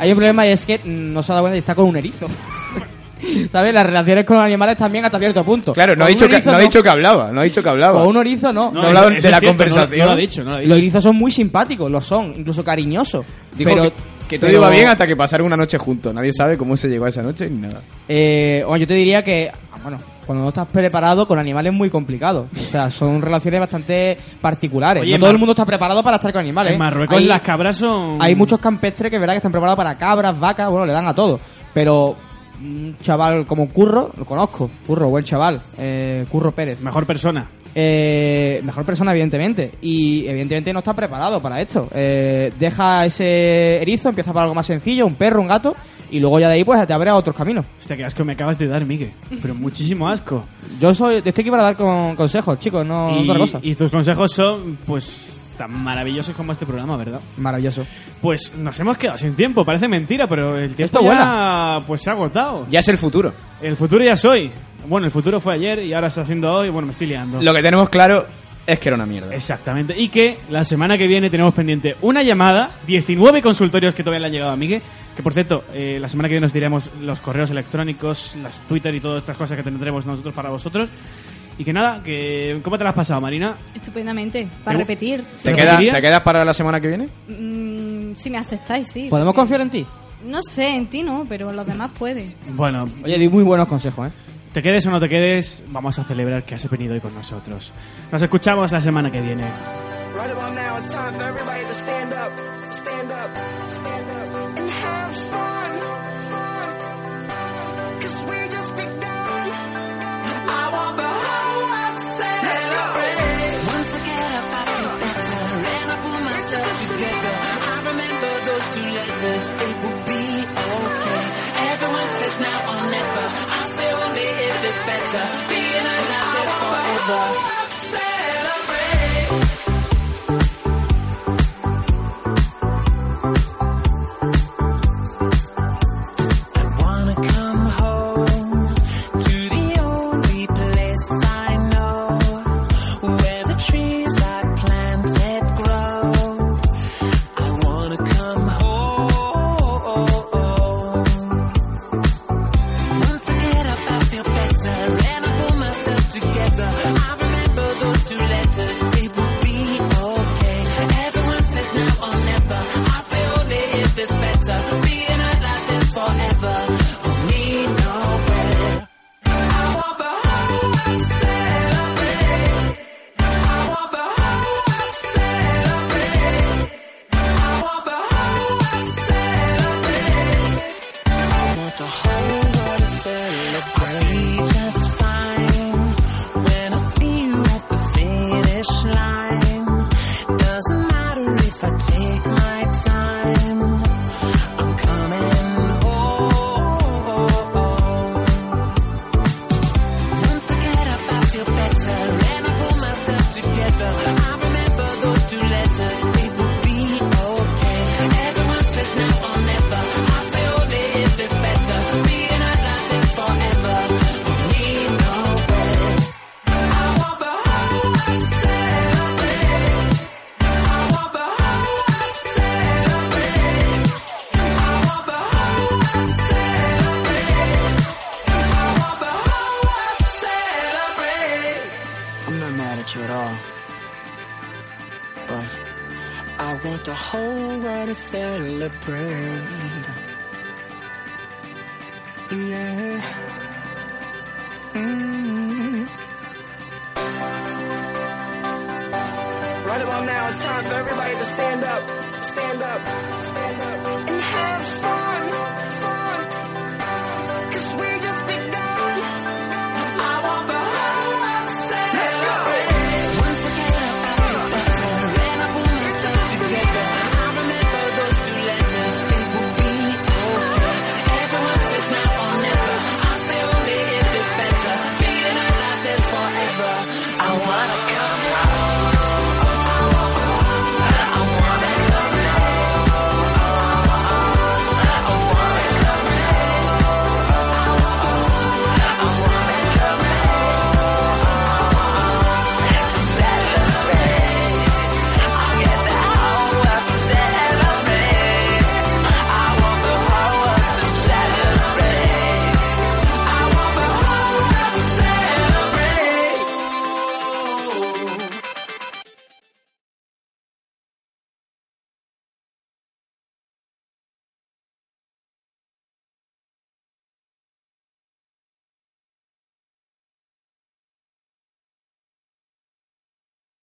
Speaker 2: hay un problema y es que mm, no se ha dado cuenta y está con un erizo. ¿Sabes? Las relaciones con los animales también hasta cierto punto.
Speaker 4: Claro, no ha,
Speaker 2: Con
Speaker 4: dicho
Speaker 2: un
Speaker 4: que,
Speaker 2: erizo
Speaker 4: no ha dicho que hablaba, no ha dicho que hablaba.
Speaker 2: Con un erizo no.
Speaker 4: No, No hablaba eso- eso de es la cierto, no- no lo ha conversación. dicho, no lo ha dicho.
Speaker 2: Los erizos son muy simpáticos, lo son, incluso cariñosos.
Speaker 4: Dijo
Speaker 2: pero
Speaker 4: que- Que todo
Speaker 2: Pero-
Speaker 4: iba bien hasta que pasaron una noche juntos. Nadie sabe cómo se llegó a esa noche ni nada.
Speaker 2: Eh, bueno, yo te diría que, ah, bueno, cuando no estás preparado con animales es muy complicado. O sea, son relaciones bastante particulares.
Speaker 1: Oye,
Speaker 2: no
Speaker 1: en
Speaker 2: todo
Speaker 1: Mar-
Speaker 2: el mundo está preparado para estar con animales. ¿eh?
Speaker 1: En Marruecos
Speaker 2: Hay-
Speaker 1: las cabras son...
Speaker 2: Hay muchos campestres que es verdad que están preparados para cabras, vacas, bueno, le dan a todo. Pero un chaval como Curro, lo conozco, Curro, buen chaval, eh, Curro Pérez. Eh,
Speaker 1: Mejor persona.
Speaker 2: mejor persona, evidentemente. Y evidentemente no está preparado para esto. Eh, deja ese erizo, empieza por algo más sencillo, un perro, un gato, y luego ya de ahí pues te abre a otros caminos.
Speaker 1: Hostia, qué asco me acabas de dar, Miguel. Pero muchísimo asco.
Speaker 2: Yo soy, estoy aquí para dar con consejos, chicos, no no
Speaker 1: y,
Speaker 2: otra cosa.
Speaker 1: y tus consejos son, pues, tan maravillosos como este programa, ¿verdad?
Speaker 2: Maravilloso.
Speaker 1: Pues nos hemos quedado sin tiempo, parece mentira, pero el tiempo
Speaker 2: Esto
Speaker 1: ya pues, se ha agotado. Ya es el futuro. El futuro ya soy. Bueno, el futuro fue ayer y ahora está haciendo hoy. Bueno, me estoy liando.
Speaker 4: Lo que tenemos claro es que era una mierda.
Speaker 1: Exactamente. Y que la semana que viene tenemos pendiente una llamada, 19 consultorios que todavía le han llegado a Miguel. Que por cierto, eh, la semana que viene nos diremos los correos electrónicos, las Twitter y todas estas cosas que tendremos nosotros para vosotros. Y que nada, que ¿cómo te la has pasado, Marina?
Speaker 3: Estupendamente. Para
Speaker 1: ¿Te-
Speaker 3: repetir.
Speaker 4: ¿Te,
Speaker 1: ¿Lo
Speaker 4: queda-
Speaker 1: repetirías?
Speaker 4: ¿Te quedas para la semana que viene?
Speaker 3: Mm, si me aceptáis, sí.
Speaker 2: confiar en ti?
Speaker 3: No sé, en ti no, pero los demás pueden.
Speaker 1: Bueno.
Speaker 2: Oye, di muy buenos consejos, ¿eh?
Speaker 1: Te quedes o no te quedes, vamos a celebrar que has venido hoy con nosotros. Nos escuchamos la semana que viene.
Speaker 6: Right about now, it's time for everybody to stand up, stand up, stand up, and have fun, fun. Cause we just begun. I want the whole world to celebrate. Once I get up, I feel better, and I pull myself together. I remember those two letters, it will be okay. Everyone says now or never, I say only if it's better. Being alive is forever. Celebrate. wanna come home to the only place I know where the trees I planted grow. I wanna come home. Once I get up, I feel better and I pull myself together. I remember those two letters, it will be okay. Everyone says now or never. I say only if it's better. Being out like this forever. Hold me nowhere. I want the whole world to celebrate. I want the whole world to celebrate. I want the whole world to celebrate. I want the whole world to celebrate. I'll be just fine when I see you at the finish line. Doesn't matter if I take my time. I'm coming home. Once I get up, I feel better and I pull myself together. I remember those two letters. It will be okay. Everyone says now or never. I say only if it's better. Being out like this forever. Don't need nowhere. I want the whole world to celebrate. I want the whole world to celebrate. I want the whole world to celebrate. I want the whole world to celebrate. I'm not mad at you at all. But I want the whole world to celebrate. Yeah. Mm. Right about now, it's time for everybody to stand up, stand up, stand up, and have fun, fun. Cause we just begun. I want the whole world to celebrate. Once I get up, I feel better, and I pull myself together. I remember those two letters, it will be okay. Everyone says now or never, I say only if it's better. Being alive is forever. I wanna come home.